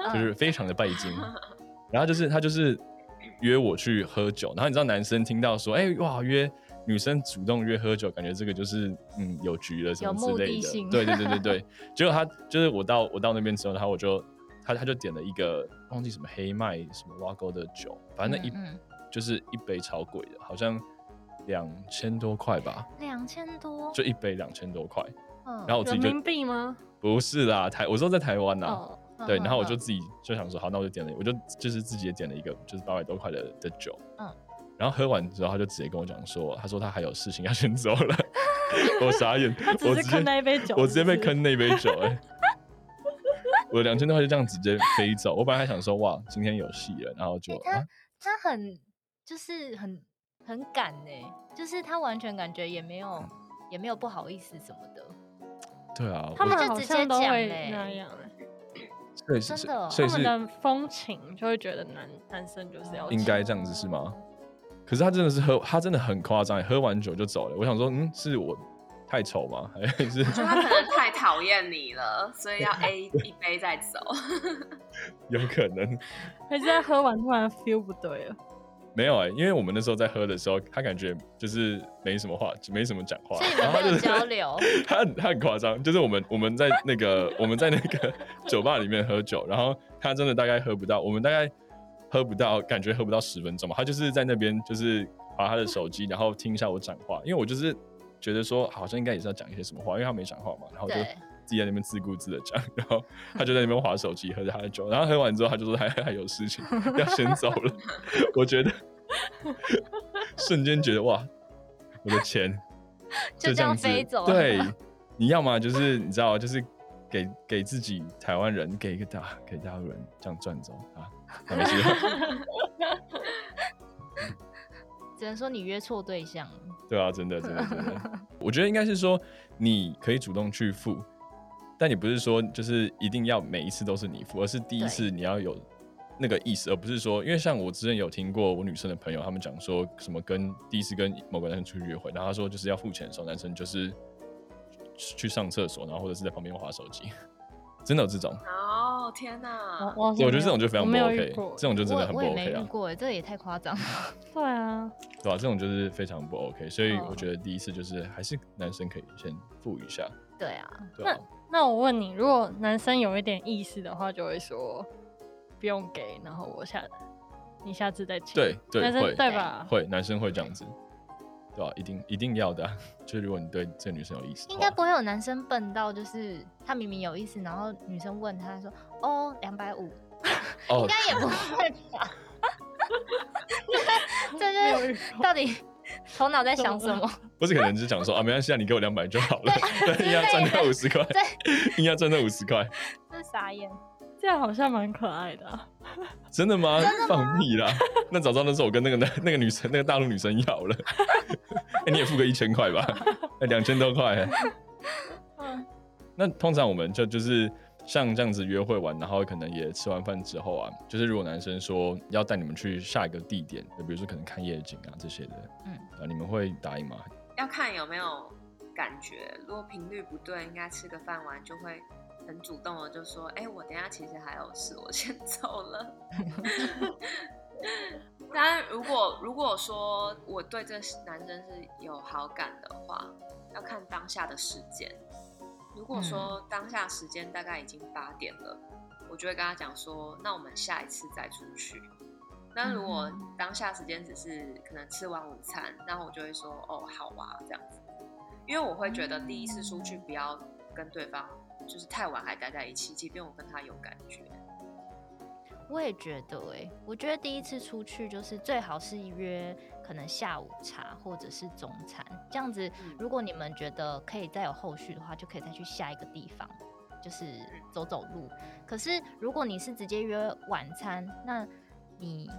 Speaker 1: 嗯，
Speaker 3: 就是非常的拜金， 然后就是他就是约我去喝酒，然后你知道男生听到说，哎、哇约。女生主动约喝酒，感觉这个就是嗯有局了什么
Speaker 1: 有
Speaker 3: 之
Speaker 1: 目
Speaker 3: 类
Speaker 1: 的
Speaker 3: 的。
Speaker 1: 性
Speaker 3: 对对对对对，结果他就是我到我到那边之后，然后我就他他就点了一个忘记什么黑麦什么挖沟的酒，反正那一、
Speaker 1: 嗯嗯
Speaker 3: 就是一杯超贵的，好像两千多块吧，
Speaker 1: 两千多，
Speaker 3: 就一杯两千多块。
Speaker 1: 嗯
Speaker 3: 然后我自
Speaker 4: 人
Speaker 3: 己就啊
Speaker 4: 民币吗？
Speaker 3: 不是啦，台我说在台湾呐、
Speaker 4: 哦，
Speaker 1: 嗯
Speaker 3: 对，然后我就自己就想说，好，那我就点了，我就就是自己也点了一个，就是八百多块的的酒，
Speaker 1: 嗯
Speaker 3: 然后喝完之后，他就直接跟我讲说，他说他还有事情要先走了， 我傻眼，
Speaker 4: 他只
Speaker 3: 我
Speaker 4: 是
Speaker 3: 直
Speaker 4: 坑
Speaker 3: 接
Speaker 4: 那一杯酒
Speaker 3: 我直接被
Speaker 4: 是不是
Speaker 3: 坑那杯 酒、哎，我两千多块就这样直接飞走，我本来还想说，哇，今天有戏了，然后就、
Speaker 1: 哎他
Speaker 3: 啊
Speaker 1: 他很就是很很敢呢、就是他完全感觉也没有也没有不好意思什么的。
Speaker 3: 对啊，
Speaker 4: 他
Speaker 3: 我
Speaker 4: 们
Speaker 1: 就
Speaker 4: 好
Speaker 1: 直
Speaker 4: 像
Speaker 1: 接
Speaker 4: 都
Speaker 1: 讲
Speaker 4: 会
Speaker 1: 嘞
Speaker 4: 那样欸，
Speaker 3: 所以是
Speaker 1: 真的哦
Speaker 3: 所
Speaker 4: 他
Speaker 3: 以
Speaker 4: 们
Speaker 3: 是
Speaker 4: 的风情就会觉得男男生就是要
Speaker 3: 应该这样子是吗？可是他真的是喝，他真的很夸张，欸喝完酒就走了，我想说，嗯，是我太丑吗？还是
Speaker 2: 我觉得他可能太讨厌你了，所以要 A 一杯再走。
Speaker 3: 有可能？
Speaker 4: 还是在喝完突然 feel 不 对了，
Speaker 3: 没有哎、因为我们那时候在喝的时候，他感觉就是没什么话，没什么讲话，
Speaker 1: 所以你
Speaker 3: 然
Speaker 1: 们
Speaker 3: 后
Speaker 1: 没
Speaker 3: 他
Speaker 1: 有
Speaker 3: 就是
Speaker 1: 交流，
Speaker 3: 他很他很夸张，就是我们我们在那个我们在那个酒吧里面喝酒，然后他真的大概喝不到，我们大概喝不到，感觉喝不到十分钟嘛，他就是在那边就是划他的手机，然后听一下我讲话，因为我就是觉得说好像应该也是要讲一些什么话，因为他没讲话嘛，然后就
Speaker 1: 对
Speaker 3: 自己在那边自顾自的讲，然后他就在那边划手机喝着他的酒，然后喝完之后他就说还还有事情要先走了， 我觉得瞬间觉得哇，我的钱
Speaker 1: 就
Speaker 3: 这
Speaker 1: 这
Speaker 3: 样
Speaker 1: 样
Speaker 3: 子
Speaker 1: 飞走了
Speaker 3: 对，你要么就是你知道，就是给给自己台湾人给一个大给大陆人这样赚走啊，没关系
Speaker 1: 只能说你约错对象了。
Speaker 3: 对啊，真的 真的真的，我觉得应该是说你可以主动去付，但你不是说就是一定要每一次都是你付，而是第一
Speaker 1: 对
Speaker 3: 次你要有那个意思，而不是说，因为像我之前有听过我女生的朋友他们讲说什么跟第一次跟某个男生出去约会，然后他说就是要付钱的时候，男生就是去去上厕所，然后或者是在旁边划手机， 真的有这种。
Speaker 2: 哦，天哪！
Speaker 4: 我我
Speaker 3: 对，我觉得这种就
Speaker 4: 我
Speaker 3: 非常不
Speaker 4: 没有
Speaker 3: OK，啊
Speaker 4: 遇过
Speaker 3: 这种就真的
Speaker 1: 我
Speaker 3: 很不
Speaker 1: 我也没
Speaker 3: OK
Speaker 1: 遇
Speaker 3: 啊，
Speaker 1: 过耶，欸这也太夸 张了。
Speaker 4: 对啊，
Speaker 3: 对吧、这种就是非常不 OK，所以
Speaker 1: 嗯
Speaker 3: 我觉得第一次就是还是男生可以先付一下，
Speaker 1: 对啊，
Speaker 3: 对吧、
Speaker 4: 那我问你，如果男生有一点意思的话，就会说不用给，然后我下你下次再请。
Speaker 3: 对对
Speaker 4: 男
Speaker 3: 会
Speaker 4: 生对吧？
Speaker 3: 会，
Speaker 1: 哦
Speaker 3: 男生会这样子，对吧、一定一定要的啊、 就如果你对这女生有意思的
Speaker 1: 应
Speaker 3: 话，
Speaker 1: 该不会有男生笨到就是他明明有意思，然后女生问他说：“哦，两百五。”
Speaker 3: 哦
Speaker 1: 应 该也不会吧？
Speaker 4: 没
Speaker 1: 这
Speaker 4: 有
Speaker 1: 这
Speaker 4: 遇
Speaker 1: 是
Speaker 4: 过
Speaker 1: 到底 头脑在想什 么？
Speaker 3: 不是可能只是讲说啊，没关系啊，你给我两百就好了， 对，硬要
Speaker 1: 之类
Speaker 3: 赚那
Speaker 1: 的
Speaker 3: 五十块，硬要赚那五十块，
Speaker 1: 这傻眼。
Speaker 4: 这样好像蛮可爱的啊、
Speaker 3: 真的吗？放屁啦！那早知道那时候我跟那个男 那个女生那个大陆女生要了， 那你也付个一千块 吧，哎两千多块、
Speaker 1: 嗯
Speaker 3: 那通常我们就就是像这样子约会完，然后可能也吃完饭之后啊，就是如果男生说要带你们去下一个地点，就比如说可能看夜景啊这些的，
Speaker 1: 嗯
Speaker 3: 啊，你们会答应吗？
Speaker 2: 要看有没有感觉，如果频率不对，应该吃个饭完就会很主动的就说：“哎、我等一下其实还有事，我先走了。” 当然，如果如果说我对这男生是有好感的话，要看当下的时间。如果说当下时间大概已经八点了，我就会跟他讲说：“那我们下一次再出去。”那如果
Speaker 1: 嗯
Speaker 2: 当下时间只是可能吃完午餐，然后我就会说哦好啊这样子，因为我会觉得第一次出去不要跟对方就是太晚还待在一起，即便我跟他有感觉。
Speaker 1: 我也觉得哎、我觉得第一次出去就是最好是约可能下午茶或者是中餐，这样子
Speaker 2: 嗯
Speaker 1: 如果你们觉得可以再有后续的话，就可以再去下一个地方，就是走走路。可是如果你是直接约晚餐，那你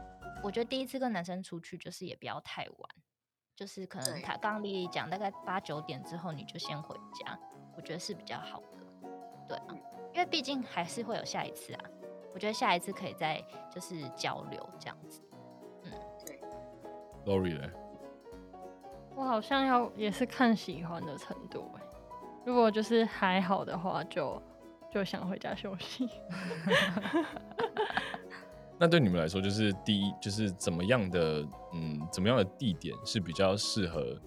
Speaker 1: 我觉得第一次跟男生出去就是也不要太晚，就是可能
Speaker 2: 对
Speaker 1: 他刚刚丽丽讲大概八九点之后你就先回家，我觉得是比较好的，对啊
Speaker 2: 嗯，
Speaker 1: 因为毕竟还是会有下一次啊。我觉得下一次可以再就是交流这样子。
Speaker 3: Lori 嘞，
Speaker 4: 我好像要也是看喜欢的程度哎、如果就是还好的话就，就想回家休息。
Speaker 3: 那对你们来说，就是第一，就是怎么样的，嗯，怎么样的地点是比较适合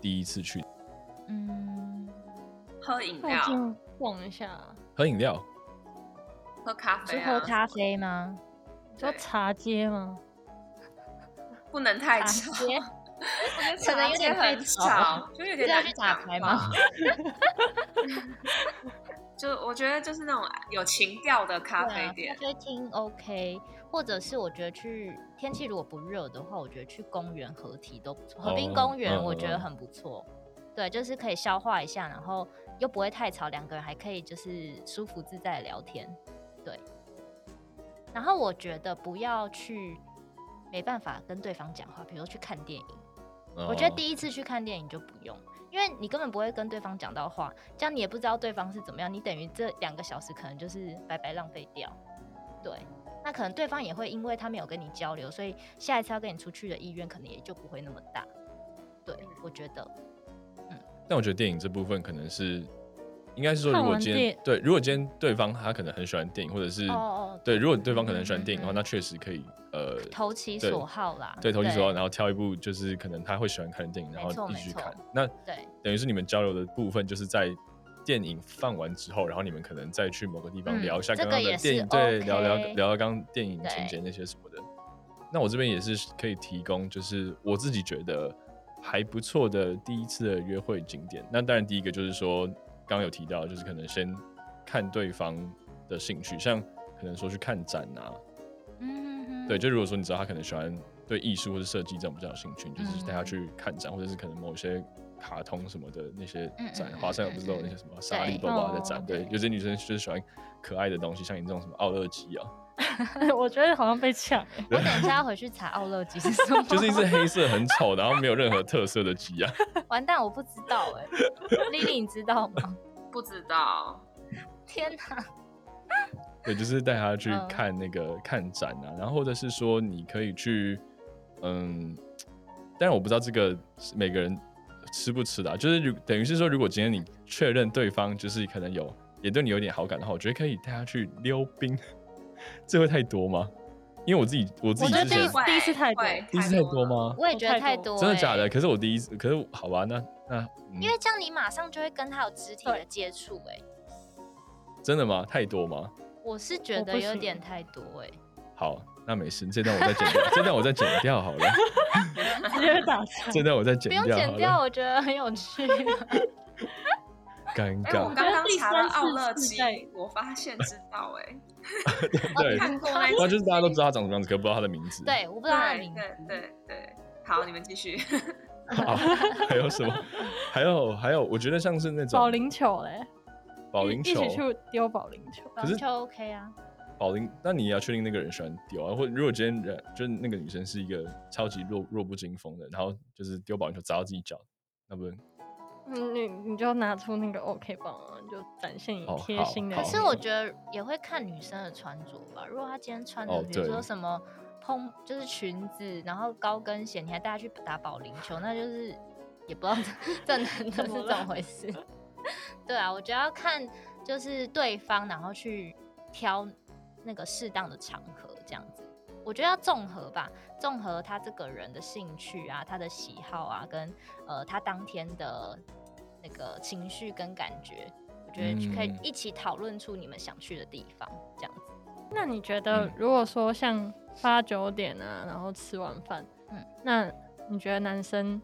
Speaker 3: 第一次去
Speaker 1: 嗯，
Speaker 2: 喝饮
Speaker 4: 那我
Speaker 2: 料、
Speaker 4: 就逛一下，啊
Speaker 3: 喝饮料？
Speaker 2: 喝咖啡
Speaker 1: 是
Speaker 2: 啊
Speaker 1: 喝，咖啡 吗？
Speaker 4: 说
Speaker 2: 对
Speaker 4: 茶街吗？
Speaker 2: 不能太
Speaker 1: 茶
Speaker 2: 吵，
Speaker 1: 街
Speaker 2: 可
Speaker 1: 可能有点太
Speaker 2: 很
Speaker 1: 吵
Speaker 2: 吵，就 有
Speaker 1: 是
Speaker 2: 点
Speaker 1: 要
Speaker 2: 难
Speaker 1: 去打
Speaker 2: 讲
Speaker 1: 牌
Speaker 2: 话
Speaker 1: 吗？
Speaker 2: 就我觉得就是那种有情调的咖
Speaker 1: 对
Speaker 2: 啡
Speaker 1: 啊
Speaker 2: 店，
Speaker 1: 咖啡厅 OK，或者是我觉得去天气如果不热的话，我觉得去公园合体都不错。河滨
Speaker 3: 哦
Speaker 1: 公园
Speaker 3: 嗯
Speaker 1: 我
Speaker 3: 嗯
Speaker 1: 觉得
Speaker 3: 嗯
Speaker 1: 很不错，对，就是可以消化一下，然后又不会太吵，两个人还可以就是舒服自在的聊天，对。然后我觉得不要去没办法跟对方讲话，比如说去看电影，我觉得
Speaker 3: 一，
Speaker 1: 第一次去看电影就不用，因为你根本不会跟对方讲到话，这样你也不知道对方是怎么样，你等于这两个小时可能就是白白浪费掉。对，那可能对方也会因为他没有跟你交流，所以下一次要跟你出去的意愿可能也就不会那么大。对，我觉得
Speaker 3: 但我觉得电影这部分可能是，应该是说，
Speaker 4: 看
Speaker 3: 如果
Speaker 4: 完
Speaker 3: 今
Speaker 4: 电
Speaker 3: 天对，如果今天对方他可能很喜欢电影，或者是
Speaker 1: 哦哦
Speaker 3: 对，如果对方可能很喜欢电影的
Speaker 1: 嗯
Speaker 3: 话，
Speaker 1: 嗯嗯
Speaker 3: 那确实可以，呃，
Speaker 1: 投其
Speaker 3: 对
Speaker 1: 所好啦。
Speaker 3: 对，投其所好，然后挑一部就是可能他会喜欢看的电影，然
Speaker 1: 没错
Speaker 3: 后一起
Speaker 1: 没
Speaker 3: 去
Speaker 1: 错
Speaker 3: 看。那
Speaker 1: 对
Speaker 3: 等于是你们交流的部分，就是在电影放完之后，然后你们可能再去某个地方
Speaker 1: 嗯
Speaker 3: 聊一下
Speaker 1: 这
Speaker 3: 刚刚
Speaker 1: 个也
Speaker 3: 的
Speaker 1: 是
Speaker 3: 电影，对，
Speaker 1: OK
Speaker 3: 聊聊聊聊刚刚电影
Speaker 1: 对
Speaker 3: 情节那些什么的。那我这边也是可以提供，就是我自己觉得还不错的第一次的约会景点。那当然，第一个就是说，刚刚有提到，就是可能先看对方的兴趣，像可能说去看展啊，
Speaker 1: 嗯哼哼
Speaker 3: 对，就如果说你知道他可能喜欢对艺术或者设计这种比较有兴趣，你就是带他
Speaker 1: 嗯
Speaker 3: 去看展，或者是可能某些卡通什么的那些
Speaker 1: 嗯
Speaker 3: 展，
Speaker 1: 嗯
Speaker 3: 华
Speaker 1: 嗯
Speaker 3: 山有
Speaker 1: 嗯
Speaker 3: 不是都有那
Speaker 1: 嗯
Speaker 3: 些什么莎
Speaker 1: 对
Speaker 3: 莉波波的
Speaker 4: 哦
Speaker 3: 展？对，
Speaker 1: 对
Speaker 3: 有些女生就是喜欢可爱的东西，像你这种什么奥乐鸡 啊，
Speaker 4: 我觉得好像被抢哎、
Speaker 1: 我等一下要回去查奥乐吉是什么，
Speaker 3: 就是一只黑色很丑，然后没有任何特色的鸡啊。
Speaker 1: 完蛋，我不知道哎、丽丽你知道吗？
Speaker 2: 不知道。
Speaker 1: 天哪！
Speaker 3: 对，就是带他去
Speaker 1: 嗯
Speaker 3: 看那个看展啊，然后或者是说你可以去，嗯，但是我不知道这个是每个人吃不吃的、啊，就是如等于是说，如果今天你确认对方就是可能有也对你有点好感的话，我觉得可以带他去溜冰，这会太多吗？因为我自己我自己
Speaker 4: 我觉得
Speaker 3: 之
Speaker 4: 这
Speaker 3: 前
Speaker 4: 个第一次太多
Speaker 2: 会
Speaker 3: 第一次太多？吗？
Speaker 1: 我也觉得太
Speaker 4: 太
Speaker 1: 多、
Speaker 4: 多
Speaker 1: 欸，
Speaker 3: 真的假的？可是我第一次，可是好吧，那那、嗯
Speaker 1: 因为这样你马上就会跟他有肢体的
Speaker 4: 对
Speaker 1: 接触、欸，
Speaker 3: 真的吗？太多吗？
Speaker 1: 我是觉
Speaker 4: 我
Speaker 1: 得
Speaker 4: 不
Speaker 1: 有
Speaker 4: 行
Speaker 1: 点太多、欸，
Speaker 3: 好，那没事，这段我再剪掉，这段我再剪掉好了，
Speaker 4: 直接 打枪。
Speaker 3: 这段我再剪
Speaker 1: 不
Speaker 3: 掉
Speaker 1: 用
Speaker 3: 好了，
Speaker 1: 剪掉，我觉得很有 趣。
Speaker 3: 尴
Speaker 2: 哎、
Speaker 3: 尬
Speaker 2: 我。刚刚查了奥乐
Speaker 4: 我
Speaker 2: 基
Speaker 4: 觉得第三世，
Speaker 2: 我发现知道哎、
Speaker 3: 对，
Speaker 2: 看过那一集
Speaker 3: 然后就是大家都知道他长什么样子，可不知道他的名字。，
Speaker 1: 对，我不知道他的
Speaker 2: 对
Speaker 1: 名字。
Speaker 2: 对对对，好，你们继续。
Speaker 3: 好，还有什么？还有还有，我觉得像是那种
Speaker 4: 保龄球嘞，
Speaker 3: 保龄
Speaker 4: 一一
Speaker 3: 球
Speaker 4: 起，去丢保龄球。
Speaker 1: 保
Speaker 3: 可是
Speaker 1: 龄球 OK 啊，
Speaker 3: 保龄，那你也要确定那个人喜欢丢啊，或如果今天人就是那个女生是一个超级弱弱不禁风的，然后就是丢保龄球砸到自己脚，那不是
Speaker 4: 嗯，你你就拿出那个 OK 棒啊，你就展现你
Speaker 3: 哦
Speaker 4: 贴
Speaker 3: 好
Speaker 4: 心的
Speaker 3: 好
Speaker 4: 那
Speaker 1: 可
Speaker 4: 一面。
Speaker 1: 是我觉得也会看女生的穿着吧。如果她今天穿的，
Speaker 3: 哦
Speaker 1: 比如
Speaker 3: 对
Speaker 1: 说什么蓬，就是裙子，然后高跟鞋，你还带她去打保龄球，那就是也不知道 这 男的
Speaker 4: 怎
Speaker 1: 是
Speaker 4: 么
Speaker 1: 怎么
Speaker 4: 了
Speaker 1: 回事。 对啊，我觉得要看就是对方，然后去挑那个适当的场合这样子。我觉得要综合吧，综合他这个人的兴趣啊，他的喜好啊，跟呃他当天的那个情绪跟感觉，我觉得可以
Speaker 3: 嗯
Speaker 1: 一起讨论出你们想去的地方，这样子。
Speaker 4: 那你觉得
Speaker 3: 嗯，
Speaker 4: 如果说像八九点啊，然后吃完饭，
Speaker 1: 嗯
Speaker 4: 嗯，那你觉得男生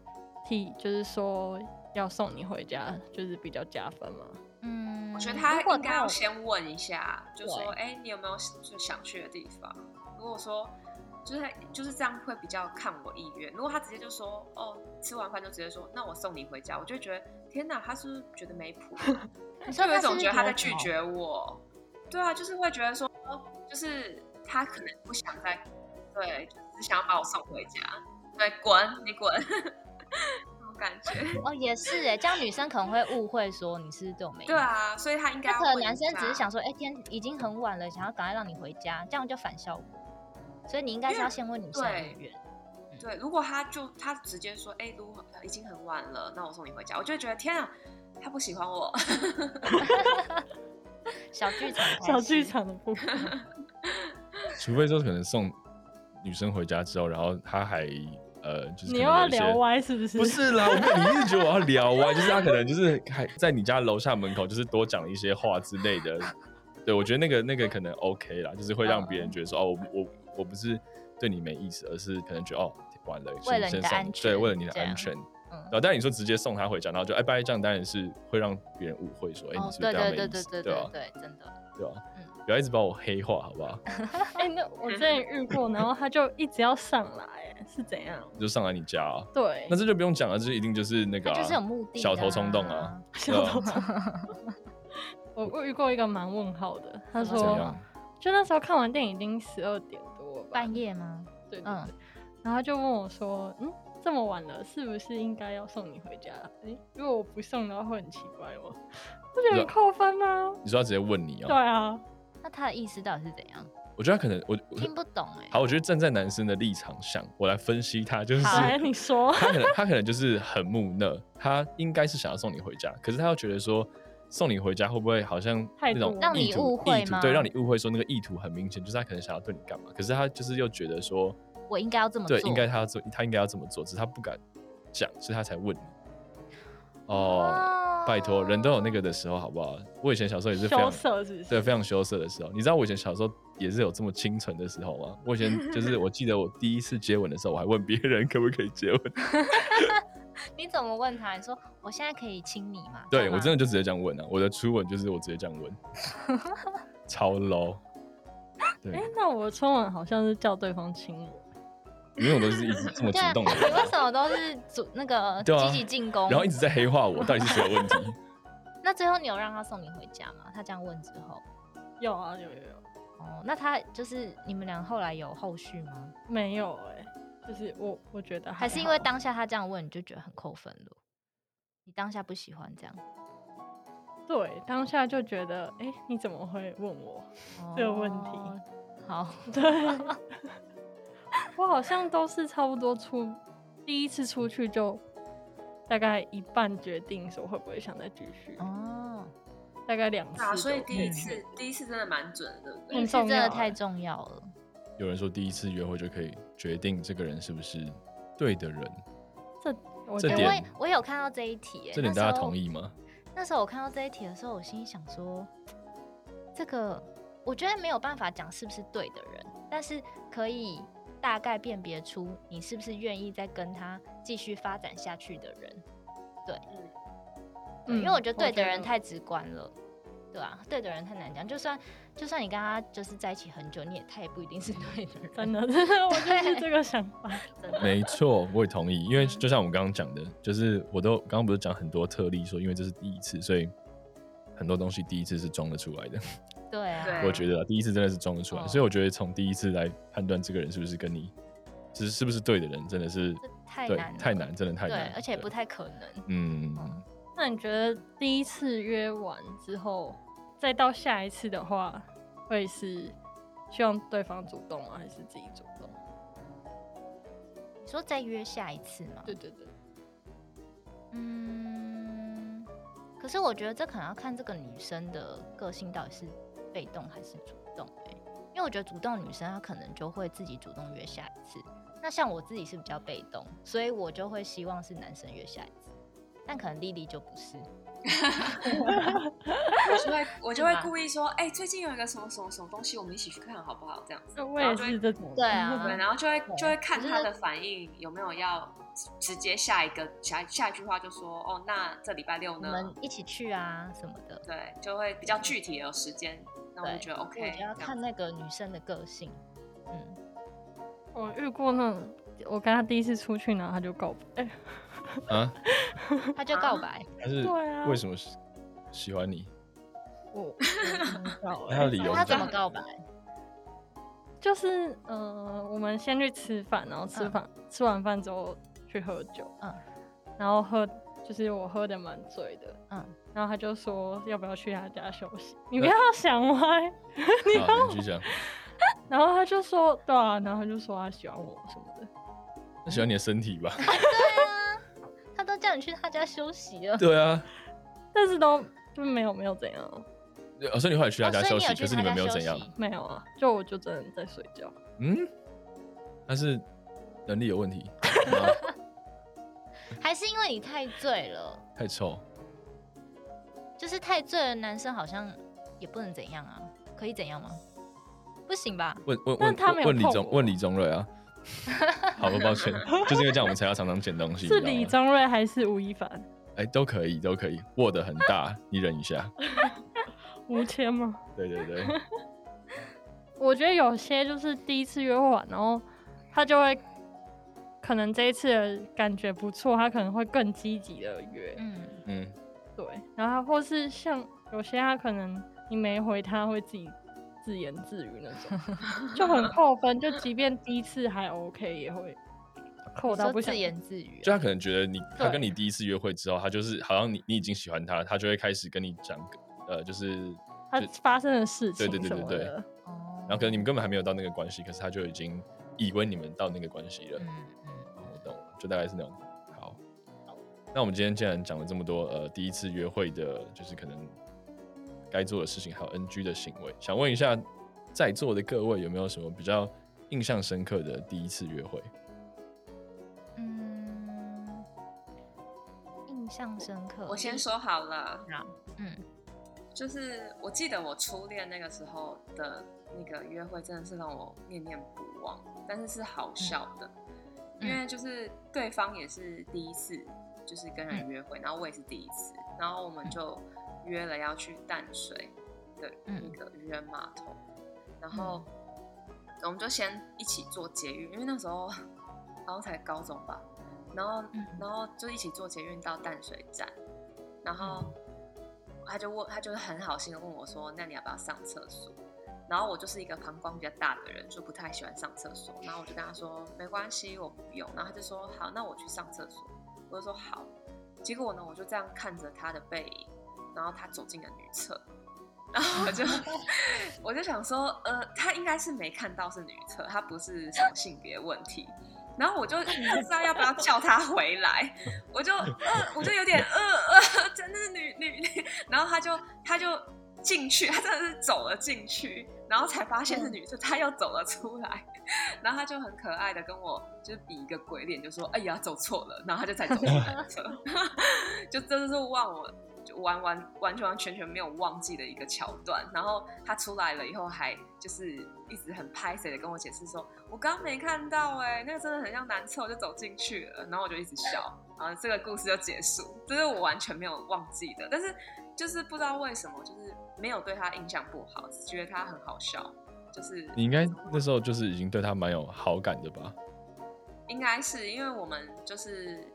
Speaker 4: 替就是说要送你回家，就是比较加分吗？，
Speaker 1: 嗯，嗯，
Speaker 2: 我 觉得
Speaker 1: 如
Speaker 2: 他
Speaker 1: 果
Speaker 2: 应该要
Speaker 1: 有
Speaker 2: 先问一下，就说
Speaker 1: 对
Speaker 2: 哎、诶你有没有就想去的地方？如果说就是他就是这样会比较看我意愿。如果他直接就说哦，吃完饭就直接说那我送你回家，我就会觉得天哪，他是不是觉得没谱啊，
Speaker 1: 你
Speaker 2: 就
Speaker 1: 说
Speaker 2: 有一
Speaker 1: 他是
Speaker 2: 种
Speaker 1: 不是
Speaker 2: 觉得他在
Speaker 1: 有
Speaker 2: 拒
Speaker 1: 什么
Speaker 2: 绝我。对啊，就是会觉得说，就是他可能不想再，对，就只想要把我送回家，对，滚，你滚， 那种感觉。
Speaker 1: 哦，也是哎，这样女生可能会误会说你是对我没意
Speaker 2: 对
Speaker 1: 思。
Speaker 2: 啊，所以他应该
Speaker 1: 那
Speaker 2: 要
Speaker 1: 可能
Speaker 2: 问一
Speaker 1: 男生只是
Speaker 2: 下
Speaker 1: 想说，哎、天已经很晚了，想要赶快让你回家，这样就反效果。所以你应该
Speaker 2: 因
Speaker 1: 是
Speaker 2: 为
Speaker 1: 要先问女生的意愿。
Speaker 2: 对，如果他就他直接说，哎、如果已经很晚了，那我送你回家，我就会觉得天啊，他不喜欢 我。
Speaker 1: 小剧场
Speaker 4: 小
Speaker 1: 剧。
Speaker 4: 剧场的部 分。
Speaker 3: 除非说可能送女生回家之后，然后他还呃，就是
Speaker 4: 你
Speaker 3: 可
Speaker 4: 又
Speaker 3: 能有
Speaker 4: 要
Speaker 3: 一些
Speaker 4: 聊歪是不是？
Speaker 3: 不是啦，我跟你一直觉得我要聊啊， 就是他可能就是还在你家楼下门口，就是多讲一些话之类的。对，我觉得那个那个可能 OK 啦，就是会让别人觉得
Speaker 1: 嗯
Speaker 3: 说，哦，我我我不是对你没意思，而是可能觉得哦，完了，
Speaker 1: 为了
Speaker 3: 先
Speaker 1: 你的
Speaker 3: 送
Speaker 1: 安
Speaker 3: 对，
Speaker 1: 全
Speaker 3: 为了你的
Speaker 1: 这
Speaker 3: 安
Speaker 1: 样
Speaker 3: 全。
Speaker 1: 嗯
Speaker 3: 然后，但你说直接送他回家，然后就哎拜，这样当然是会让别人误会说，哎，你
Speaker 1: 哦
Speaker 3: 是，不
Speaker 1: 对
Speaker 3: 是他
Speaker 1: 对
Speaker 3: 没
Speaker 1: 对
Speaker 3: 意
Speaker 1: 对
Speaker 3: 思，
Speaker 1: 对
Speaker 3: 对啊
Speaker 1: 对
Speaker 3: 吧？
Speaker 1: 对，真的。
Speaker 3: 对吧
Speaker 1: 嗯？
Speaker 3: 不要一直把我黑化，好不好？
Speaker 4: 哎、那我之前遇过，然后他就一直要上来，哎是怎样？
Speaker 3: 就上来你家啊，
Speaker 4: 对
Speaker 3: 那，这就不用讲了，这一定就是那个
Speaker 1: 他
Speaker 3: 啊
Speaker 1: 就是有目的、
Speaker 3: 小头冲动啊。，
Speaker 4: 小偷虫 我我遇过一个蛮问号的，他
Speaker 1: 怎
Speaker 3: 怎
Speaker 1: 么
Speaker 4: 说
Speaker 3: 样？
Speaker 4: 就那时候看完电影已经十二点多
Speaker 3: 啊
Speaker 4: 了吧
Speaker 1: 半，夜吗？
Speaker 4: 对对对，
Speaker 1: 嗯
Speaker 4: 然后他就问我说，嗯，这么晚了，是不是应该要送你回家？哎、如果我不送的话，会很奇怪吗？不觉得很扣分吗？
Speaker 3: 你说他直接问你
Speaker 4: 对
Speaker 3: 啊？
Speaker 4: 啊，
Speaker 1: 那他的意思到底是怎样？
Speaker 3: 我觉得他可能我我
Speaker 1: 听不懂哎、
Speaker 3: 好，我觉得站在男生的立场想，我来分析他，就是
Speaker 1: 好
Speaker 4: 来啊你说，
Speaker 3: 他可能他可能就是很木讷，他应该是想要送你回家，可是他又觉得说送你回家会不会好像
Speaker 4: 太
Speaker 3: 那种
Speaker 4: 多
Speaker 1: 让你
Speaker 3: 意图
Speaker 1: 误会
Speaker 3: 意图
Speaker 1: 吗
Speaker 3: 对，让你误会说那个意图很明显，就是他可能想要对你干嘛，可是他就是又觉得说
Speaker 1: 我应该要这么做。
Speaker 3: 对，应该他要做，他应该要这么做，只是他不敢讲，所以他才问你。哦，
Speaker 1: 哦
Speaker 3: 拜托，人都有那个的时候，好不好？我以前小时候也是非
Speaker 4: 羞
Speaker 3: 常
Speaker 4: 涩是不是？
Speaker 3: 对，非常羞涩的时候。你知道我以前小时候也是有这么清纯的时候吗？我以前 就是我记得我第一次接吻的时候，我还问别人可不可以接吻，
Speaker 1: 你怎么问他？你说我现在可以亲你吗？
Speaker 3: 对我真
Speaker 1: 的
Speaker 3: 的就直接这样问啊了、我的初吻就是我直接 这样问，超 low。对
Speaker 4: 哎、，那我的初吻好像是叫对方亲我，
Speaker 3: 因为我都是一直这么主
Speaker 1: 对啊，
Speaker 3: 动的人
Speaker 1: 你为什么都是主那个
Speaker 3: 对啊
Speaker 1: 积极进攻？
Speaker 3: 然后一直在黑化我，到底是谁有问题？
Speaker 1: 那最后你有让他送你回家吗？他这样问之后，
Speaker 4: 有啊有有有，
Speaker 1: 哦，那他就是你们俩后来有后续吗？
Speaker 4: 没有哎、就是我我觉得
Speaker 1: 还
Speaker 4: 还
Speaker 1: 是因为
Speaker 4: 好
Speaker 1: 当下他这样问，你就觉得很扣分了？你当下不喜欢这样？
Speaker 4: 对当下就觉得，哎、你怎么会问我？
Speaker 1: 哦
Speaker 4: 这个问题
Speaker 1: 好，
Speaker 4: 对，我好像都是差不多出第一次出去就大概一半决定说会不会想再继续，
Speaker 1: 哦，
Speaker 4: 大概两次
Speaker 2: 对啊，
Speaker 4: 就
Speaker 2: 所以第一
Speaker 4: 嗯
Speaker 2: 次第一次真的蛮准的，对不
Speaker 1: 第一次哎真
Speaker 2: 对？
Speaker 4: 很重
Speaker 1: 的
Speaker 4: 要
Speaker 1: 太
Speaker 4: 欸
Speaker 1: 重要了。
Speaker 3: 有人说第一次约会就可以决定这个人是不是对的人，
Speaker 4: 这我
Speaker 3: 这
Speaker 1: 哎
Speaker 4: 觉
Speaker 3: 点
Speaker 1: 我
Speaker 4: 得
Speaker 1: 也我也有看到这一题、欸，
Speaker 3: 这点
Speaker 1: 那
Speaker 3: 大家
Speaker 1: 时候
Speaker 3: 同意吗？
Speaker 1: 那时候我看到这一题的时候，我心里想说，这个我觉得没有办法讲是不是对的人，但是可以大概辨别出你是不是愿意再跟他继续发展下去的人。
Speaker 2: 嗯
Speaker 1: 对，因为嗯我觉得对的人太直观了。对啊，对的人太难讲。就算就算你跟他就是在一起很久，你也他也不一定是对的人。
Speaker 4: 真的， 真的，我 就是这个想法。
Speaker 1: 真的，
Speaker 3: 没错，我也同意，因为就像我们刚刚讲的，就是我都刚刚不是讲很多特例，说因为这是第一次，所以很多东西第一次是装得出来的。
Speaker 1: 对啊，
Speaker 2: 对
Speaker 3: 我觉得啊第一次真的是装得出来，
Speaker 1: 哦
Speaker 3: 所以我觉得从第一次来判断这个人是不是跟你，是是不是对的人，真的是
Speaker 1: 这太
Speaker 3: 对
Speaker 1: 难了
Speaker 3: 太难，真的太
Speaker 1: 对
Speaker 3: 难了，，
Speaker 1: 而且不
Speaker 3: 对
Speaker 1: 太可能。
Speaker 3: 嗯，
Speaker 4: 那你觉得第一次约完之后，再到下一次的话，会是希望对方主动吗？还是自己主动？
Speaker 1: 你说再约下一次吗？
Speaker 4: 对对对，
Speaker 1: 嗯，可是我觉得这可能要看这个女生的个性到底是被动还是主动、欸、因为我觉得主动女生她可能就会自己主动约下一次，那像我自己是比较被动，所以我就会希望是男生约下一次。但可能莉莉就不是。
Speaker 2: 我就会我就会
Speaker 1: 是吧
Speaker 2: 故意说，哎、最近有一个什么什么什么东西，我们一起去看好不好？这样子，
Speaker 4: 我
Speaker 2: 然后
Speaker 4: 也
Speaker 2: 就会
Speaker 4: 是这种，
Speaker 1: 对啊
Speaker 2: 对，然后就会
Speaker 1: 对
Speaker 2: 就会看
Speaker 1: 可是
Speaker 2: 他的反应有没有要直接下一个下下一句话就说，哦，那这礼拜六
Speaker 1: 我
Speaker 2: 呢？
Speaker 1: 们一起去啊什么的。
Speaker 2: 对，就会比较具体有时间，那我就
Speaker 1: 对，
Speaker 2: 觉得
Speaker 1: 我
Speaker 2: OK
Speaker 1: 觉
Speaker 2: 这
Speaker 1: 得要
Speaker 2: 样
Speaker 1: 啊看
Speaker 2: 子。
Speaker 1: 那个女生的个性。嗯，
Speaker 4: 我遇过那种，我跟他第一次出去，然后他就告白，哎
Speaker 3: 啊，
Speaker 1: 她就告白，
Speaker 3: 他是
Speaker 4: 对啊
Speaker 3: 为什么喜喜欢你？
Speaker 4: 我我不知 道
Speaker 3: 那他的理由
Speaker 1: 她
Speaker 3: 是
Speaker 1: 怎么
Speaker 3: 什么？
Speaker 1: 告白？
Speaker 4: 就是呃，我们先去吃饭，然后吃
Speaker 1: 嗯
Speaker 4: 饭、吃完饭之后去喝酒，
Speaker 1: 嗯，
Speaker 4: 然后喝就是我喝的蛮醉的，
Speaker 1: 嗯，
Speaker 4: 然后他就说要不要去他家休息，你不要想歪，你不
Speaker 3: 好，
Speaker 4: 要
Speaker 3: 你继续讲。
Speaker 4: 然后他就说对啊，然后他就说他喜欢我什么的，
Speaker 3: 他喜欢你的身体吧？
Speaker 1: 她都叫你去她家休息了。
Speaker 3: 对啊，
Speaker 4: 但是都就没有没有怎样，
Speaker 3: 哦所以你后来去他
Speaker 1: 哦
Speaker 3: 家
Speaker 1: 所以
Speaker 3: 休
Speaker 1: 你
Speaker 3: 息，
Speaker 1: 有
Speaker 3: 可
Speaker 1: 去
Speaker 3: 是
Speaker 1: 她
Speaker 3: 你
Speaker 1: 家
Speaker 3: 们没有
Speaker 1: 休
Speaker 3: 怎样。
Speaker 1: 息？
Speaker 4: 没有啊，就我就真的在睡觉，
Speaker 3: 嗯，他是能力有问 题，啊然后
Speaker 1: 还是因为你太醉了？
Speaker 3: 太臭。
Speaker 1: 就是太醉了，男生好像也不能怎样啊，可以怎样吗？不行吧？
Speaker 3: 问问
Speaker 4: 但
Speaker 3: 问
Speaker 4: 他没有
Speaker 3: 问李
Speaker 4: 碰
Speaker 3: 宗
Speaker 4: 我
Speaker 3: 问李宗瑞 啊。好吧，抱歉，就是因为这样我们才要常常捡东西。
Speaker 4: 是
Speaker 3: 你知道
Speaker 4: 李
Speaker 3: 吗
Speaker 4: 宗瑞还是吴亦凡？
Speaker 3: 哎，都可以，都可以。握的很大，你忍一下。
Speaker 4: 吴谦吗？
Speaker 3: 对对对，
Speaker 4: 我觉得有些就是第一次约会完，然后他就会可能这一次的感觉不错，他可能会更积极的约，
Speaker 1: 嗯，
Speaker 3: 嗯，
Speaker 4: 对。然后或是像有些他可能你没回他会自己自言自语那种，就很扣分。就即便第一次还 OK，也会扣
Speaker 1: 我
Speaker 4: 到
Speaker 1: 都
Speaker 4: 不想
Speaker 1: 自。言自语
Speaker 3: 就
Speaker 1: 啊、
Speaker 3: 他可能觉得你，他
Speaker 4: 对
Speaker 3: 跟你第一次约会之后，他就是好像你你已经喜欢他了，他就会开始跟你讲，呃，就是，
Speaker 4: 他发生的事
Speaker 3: 对
Speaker 4: 情
Speaker 3: 对对
Speaker 4: 什
Speaker 3: 对
Speaker 4: 么的，
Speaker 3: 对
Speaker 1: 哦
Speaker 3: 然后可能你们根本还没有到那个关系，可是他就已经以为你们到那个关系了。
Speaker 1: 嗯嗯，
Speaker 3: 我哦懂，就大概是那种。好，那我们今天既然讲了这么多，呃，第一次约会的，就是可能该做的事情，还有 NG 的行为，想问一下在座的各位有没有什么比较印象深刻的第一次约会？
Speaker 1: 嗯，印象深刻。
Speaker 2: 我先说好了，
Speaker 1: 好，嗯，
Speaker 2: 就是我记得我初恋那个时候的那个约会，真的是让我念念不忘，但是是好笑的，
Speaker 1: 嗯
Speaker 2: 因为就是对方也是第一次，就是跟人约会，然后我也是第一次，然后我
Speaker 1: 嗯
Speaker 2: 们就约了要去淡水的那个渔人码头，
Speaker 1: 嗯
Speaker 2: 然后我们就先一起坐捷运，因为那时候 好像才高中吧，然后
Speaker 1: 嗯
Speaker 2: 然后就一起坐捷运到淡水站，然后他就问，他就是很好心的问我说：“那你要不要上厕所？”然后我就是一个膀胱比较大的人，就不太喜欢上厕所。然后我就跟他说：“没关系，我不用。”然后他就说：“好，那我去上厕所。”我就说：“好。”结果呢，我就这样看着他的背影，然后他走进了女厕，然后我就我就想说，呃，他应该是没看到是女厕，他不是什么性别问题。然后我就不知道要不要叫他回来，我就呃，我就有点呃呃，真的是女女女，然后他就他就进去，他真的是走了进去，然后才发现是女厕，他又走了出来，然后他就很可爱的跟我就是比一个鬼脸，就说哎呀走错了，然后他就才走进来车， 就真的是忘我。就完完完全完全全没有忘记的一个桥段，然后他出来了以后还就是一直很拍谁的跟我解释说，我刚没看到哎、那个真的很像男厕，我就走进去了，然后我就一直笑，然后这个故事就结束，这是我完全没有忘记的，但是就是不知道为什么，就是没有对他印象不好，只觉得他很好笑，就是
Speaker 3: 你应该那时候就是已经对他蛮有好感的吧？
Speaker 2: 应该是因为我们就是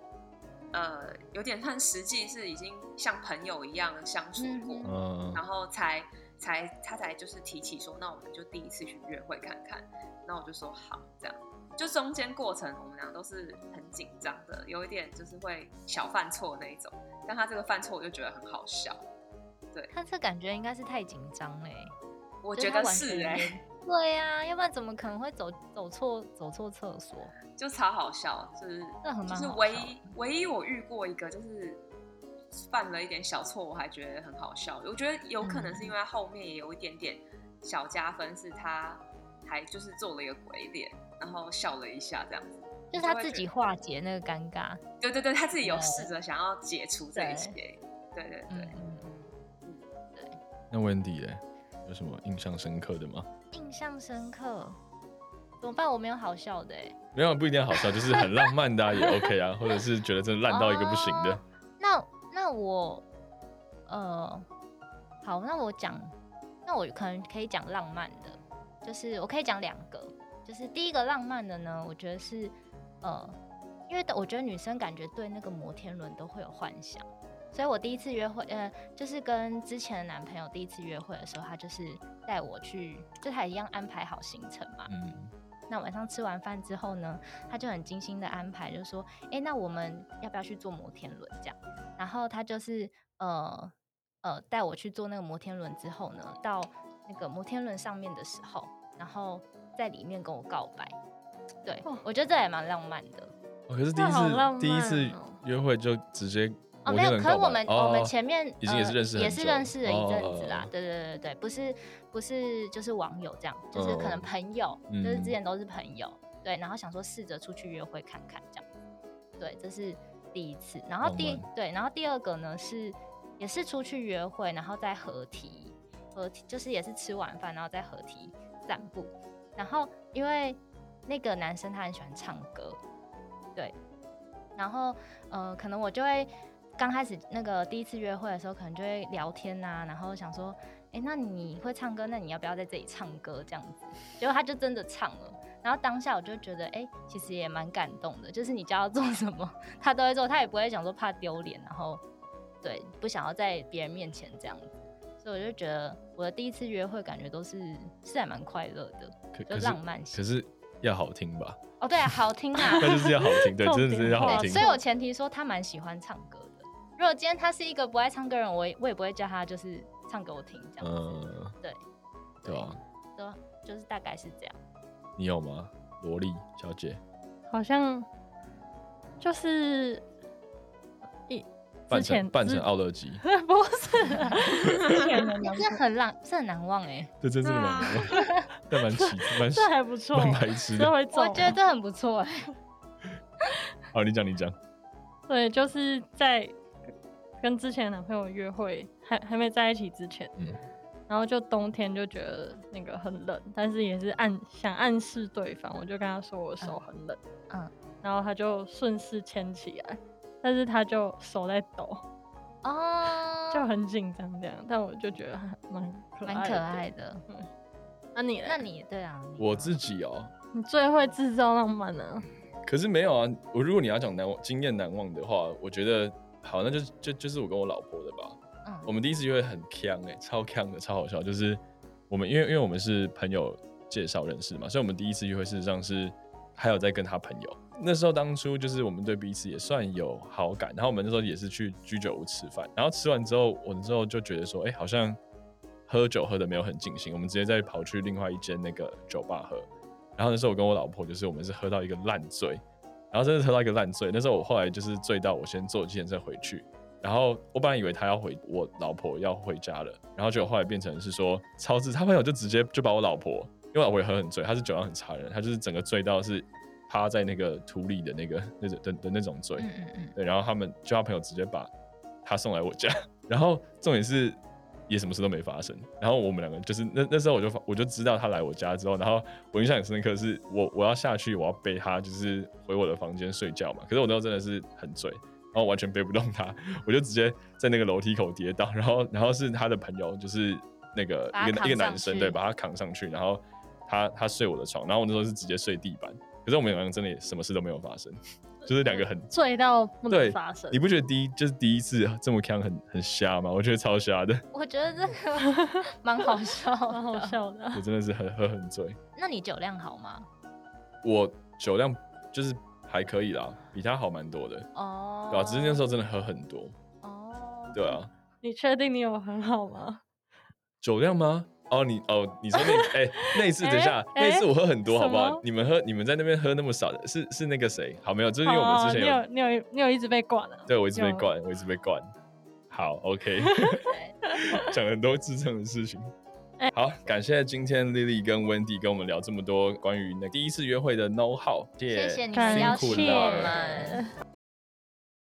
Speaker 2: 呃有点算实际是已经像朋友一样相处过，
Speaker 1: 嗯
Speaker 3: 嗯
Speaker 2: 然，后才才他才就是提起说，那我们就第一次去约会看看。那我就说好，这样。就中间过程，我们俩都是很紧张的，有一点就是会小犯错那一种。但他这个犯错，我就觉得很好笑。
Speaker 1: 他这感觉应该是太紧张嘞。
Speaker 2: 我
Speaker 1: 我
Speaker 2: 觉得是哎、
Speaker 1: 哎、 对呀、要不然怎么可能会走走错走错厕所？
Speaker 2: 就超好笑，就是
Speaker 1: 那很蛮
Speaker 2: 就是
Speaker 1: 好笑
Speaker 2: 唯
Speaker 1: 的
Speaker 2: 一唯一我遇过一个就是犯了一点小错，我还觉得很好笑。我觉得有可能是
Speaker 1: 嗯
Speaker 2: 因为他后面也有一点点小加分，是他还就是做了一个鬼脸，然后笑了一下这样子。
Speaker 1: 就是他自己化解那个尴尬。
Speaker 2: 对对对，他自己有试着想要解除这一
Speaker 1: 哦对
Speaker 2: 切，对对对。
Speaker 1: 嗯嗯嗯。
Speaker 3: 那 Wendy 嘞，有什么印象深刻的吗？
Speaker 1: 印象深刻，怎么办？我没有好笑的哎、
Speaker 3: 没有，不一定要好笑，就是很浪漫的、啊、也 OK 啊，或者是觉得真的烂到一个不行的
Speaker 1: 哦。那那我，呃，好，那我讲，那我可能可以讲浪漫的，就是我可以讲两个，就是第一个浪漫的呢，我觉得是，呃，因为我觉得女生感觉对那个摩天轮都会有幻想，所以我第一次约会，呃，就是跟之前的男朋友第一次约会的时候，他就是带我去，就他一样安排好行程嘛，
Speaker 3: 嗯，
Speaker 1: 那晚上吃完饭之后呢，他就很精心的安排，就说：“哎、那我们要不要去坐摩天轮？”这样，然后他就是呃呃带我去坐那个摩天轮之后呢，到那个摩天轮上面的时候，然后在里面跟我告白。对，
Speaker 4: 哦
Speaker 1: 我觉得这也蛮浪漫的。
Speaker 3: 哦，可是第一
Speaker 4: 那
Speaker 3: 次、
Speaker 4: 好浪漫哦
Speaker 3: 第一次约会就直接
Speaker 1: 哦，
Speaker 3: 摩
Speaker 1: 没
Speaker 3: 天
Speaker 1: 有，
Speaker 3: 轮
Speaker 1: 可是
Speaker 3: 告白哦
Speaker 1: 我们、我们前面
Speaker 3: 已经也是认识
Speaker 1: 呃、
Speaker 3: 很
Speaker 1: 也
Speaker 3: 久
Speaker 1: 是认识了一阵
Speaker 3: 哦
Speaker 1: 子啦，对对对对，不是不是就是网友这样，就是可能
Speaker 3: 嗯
Speaker 1: 朋友，就是
Speaker 3: 嗯
Speaker 1: 之前都是朋友，对，然后想说试着出去约会看看这样，对，这是第一次，然后
Speaker 3: 浪
Speaker 1: 第
Speaker 3: 漫
Speaker 1: 对，然后第二个呢是也是出去约会，然后再合体，合体就是也是吃完饭然后再合体散步，然后因为那个男生他很喜欢唱歌，对，然后呃，可能我就会刚开始那个第一次约会的时候，可能就会聊天呐、然后想说，哎、那你会唱歌，那你要不要在这里唱歌这样子？结果他就真的唱了，然后当下我就觉得，哎、其实也蛮感动的，就是你叫他做什么， 他都会做，他也不会想说怕丢脸，然后对不想要在别人面前这样子。所以我就觉得我的第一次约会感觉都是是还蛮快乐的，
Speaker 3: 可
Speaker 1: 就
Speaker 3: 可是
Speaker 1: 浪漫型
Speaker 3: 可是要好听吧？
Speaker 1: 哦，对啊，好听啊，
Speaker 3: 那就是要好 听，对，
Speaker 4: 重
Speaker 3: 真
Speaker 4: 点
Speaker 3: 的是要好
Speaker 4: 话
Speaker 1: 对，
Speaker 3: 听
Speaker 1: 所。以我前提说他蛮喜欢唱歌的。如果今天他是一个不爱唱歌的人，我也我也不会叫他就是唱给我听这样子。
Speaker 3: 嗯，
Speaker 1: 对，
Speaker 3: 对吧、啊？
Speaker 1: 都就是大概是这样。
Speaker 3: 你有吗，萝莉小姐？
Speaker 4: 好像就是一之
Speaker 3: 扮
Speaker 4: 前
Speaker 3: 成扮成
Speaker 4: 之
Speaker 3: 奥乐吉，
Speaker 4: 不是啊之前的男
Speaker 1: 这很浪，这很难忘哎、
Speaker 3: 这真是蛮，但蛮奇，蛮
Speaker 4: 这还不错，
Speaker 3: 蛮白痴
Speaker 4: 这
Speaker 3: 的。
Speaker 4: 会中
Speaker 1: 我觉得这很不错哎、
Speaker 3: 好，你讲你讲，
Speaker 4: 对，就是在跟之前的男朋友约会，还还没在一起之前，
Speaker 3: 嗯
Speaker 4: 然后就冬天就觉得那个很冷，但是也是暗想暗示对方，我就跟他说我手很冷，
Speaker 1: 嗯，
Speaker 4: 然后他就顺势牵起来，但是他就手在抖，
Speaker 1: 哦，
Speaker 4: 就很紧张这样，但我就觉得还蛮可爱的
Speaker 1: 蛮可爱。的。
Speaker 4: 那、你
Speaker 1: 那
Speaker 4: 那
Speaker 1: 你对啊，你
Speaker 3: 我
Speaker 1: 呢
Speaker 3: 自己哦、
Speaker 4: 你最会制造浪漫呢、
Speaker 3: 可是没有啊，我如果你要讲难忘经验难忘的话，我觉得好，那就就就是我跟我老婆的吧。我
Speaker 1: 嗯
Speaker 3: 们第一次约会很呛哎、超呛的，超好笑。就是我们因为因为我们是朋友介绍认识嘛，所以我们第一次约会事实上是还有在跟他朋友。那时候当初就是我们对彼此也算有好感，然后我们那时候也是去居酒屋吃饭，然后吃完之后，我之后就觉得说，哎、好像喝酒喝的没有很尽兴，我们直接再跑去另外一间那个酒吧喝。然后那时候我跟我老婆就是我们是喝到一个烂醉，然后真的是喝到一个烂醉。那时候我后来就是醉到我先坐计程车回去，然后我本来以为他要回我老婆要回家了，然后结果后来变成是说超智，他朋友就直接就把我老婆，因为我老婆也喝很醉，她是酒量很差的人，她就是整个醉到是趴在那个土里的那个那种的的那种醉，
Speaker 1: 嗯嗯嗯，
Speaker 3: 对，然后他们就他朋友直接把他送来我家， 然后重点是也什么事都没发生，然后我们两个就是那那时候我就发我就知道他来我家之后，然后我印象很深刻是我我要下去我要背他就是回我的房间睡觉嘛，可是我那时候真的是很醉，然后完全背不动他，我就直接在那个楼梯口跌倒，然后然后是他的朋友就是那个
Speaker 1: 把他
Speaker 3: 一个
Speaker 1: 扛
Speaker 3: 一个男
Speaker 1: 上
Speaker 3: 生
Speaker 1: 去
Speaker 3: 对把他扛上去，然后他他睡我的床，然后我那时候是直接睡地板，可是我们两个真的也什么事都没有发生， 就是两个很
Speaker 4: 醉到不
Speaker 3: 对
Speaker 4: 能发生
Speaker 3: 你。不觉得第一就是第一次这么看很很瞎吗？我觉得超瞎的，
Speaker 1: 嗯我觉得这 个蛮好笑
Speaker 4: 蛮好
Speaker 1: 的。
Speaker 4: 笑的，
Speaker 3: 我真的是很喝很醉。
Speaker 1: 那你酒量好吗？
Speaker 3: 我酒量就是还可以啦，比他好蛮多的，
Speaker 1: 哦，
Speaker 3: 对吧、只是那时候真的喝很多，
Speaker 1: 哦，
Speaker 3: 对啊。
Speaker 4: 你确定你有很好吗？
Speaker 3: 酒量吗？哦，你哦，你说那哎、那 一次，等一下，那
Speaker 4: 哎
Speaker 3: 一次我喝很多，
Speaker 4: 哎
Speaker 3: 好不
Speaker 4: 什
Speaker 3: 好
Speaker 4: 么？
Speaker 3: 你们喝，你们在那边喝那么少的，是是那个谁？好，没有，就是因为我们之前有，
Speaker 4: 哦你有你有你有一直被灌啊，
Speaker 3: 对我一直被
Speaker 4: 有
Speaker 3: 灌，我一直被灌。好，OK，讲了很多智障的事情。
Speaker 1: 哎
Speaker 3: 好，感谢今天 Lily 跟 Wendy 跟我们聊这么多关于那第一次约会的 know how，
Speaker 1: 谢谢你
Speaker 4: 感
Speaker 1: 们邀
Speaker 3: 辛苦
Speaker 1: 请我
Speaker 3: 了
Speaker 1: 们。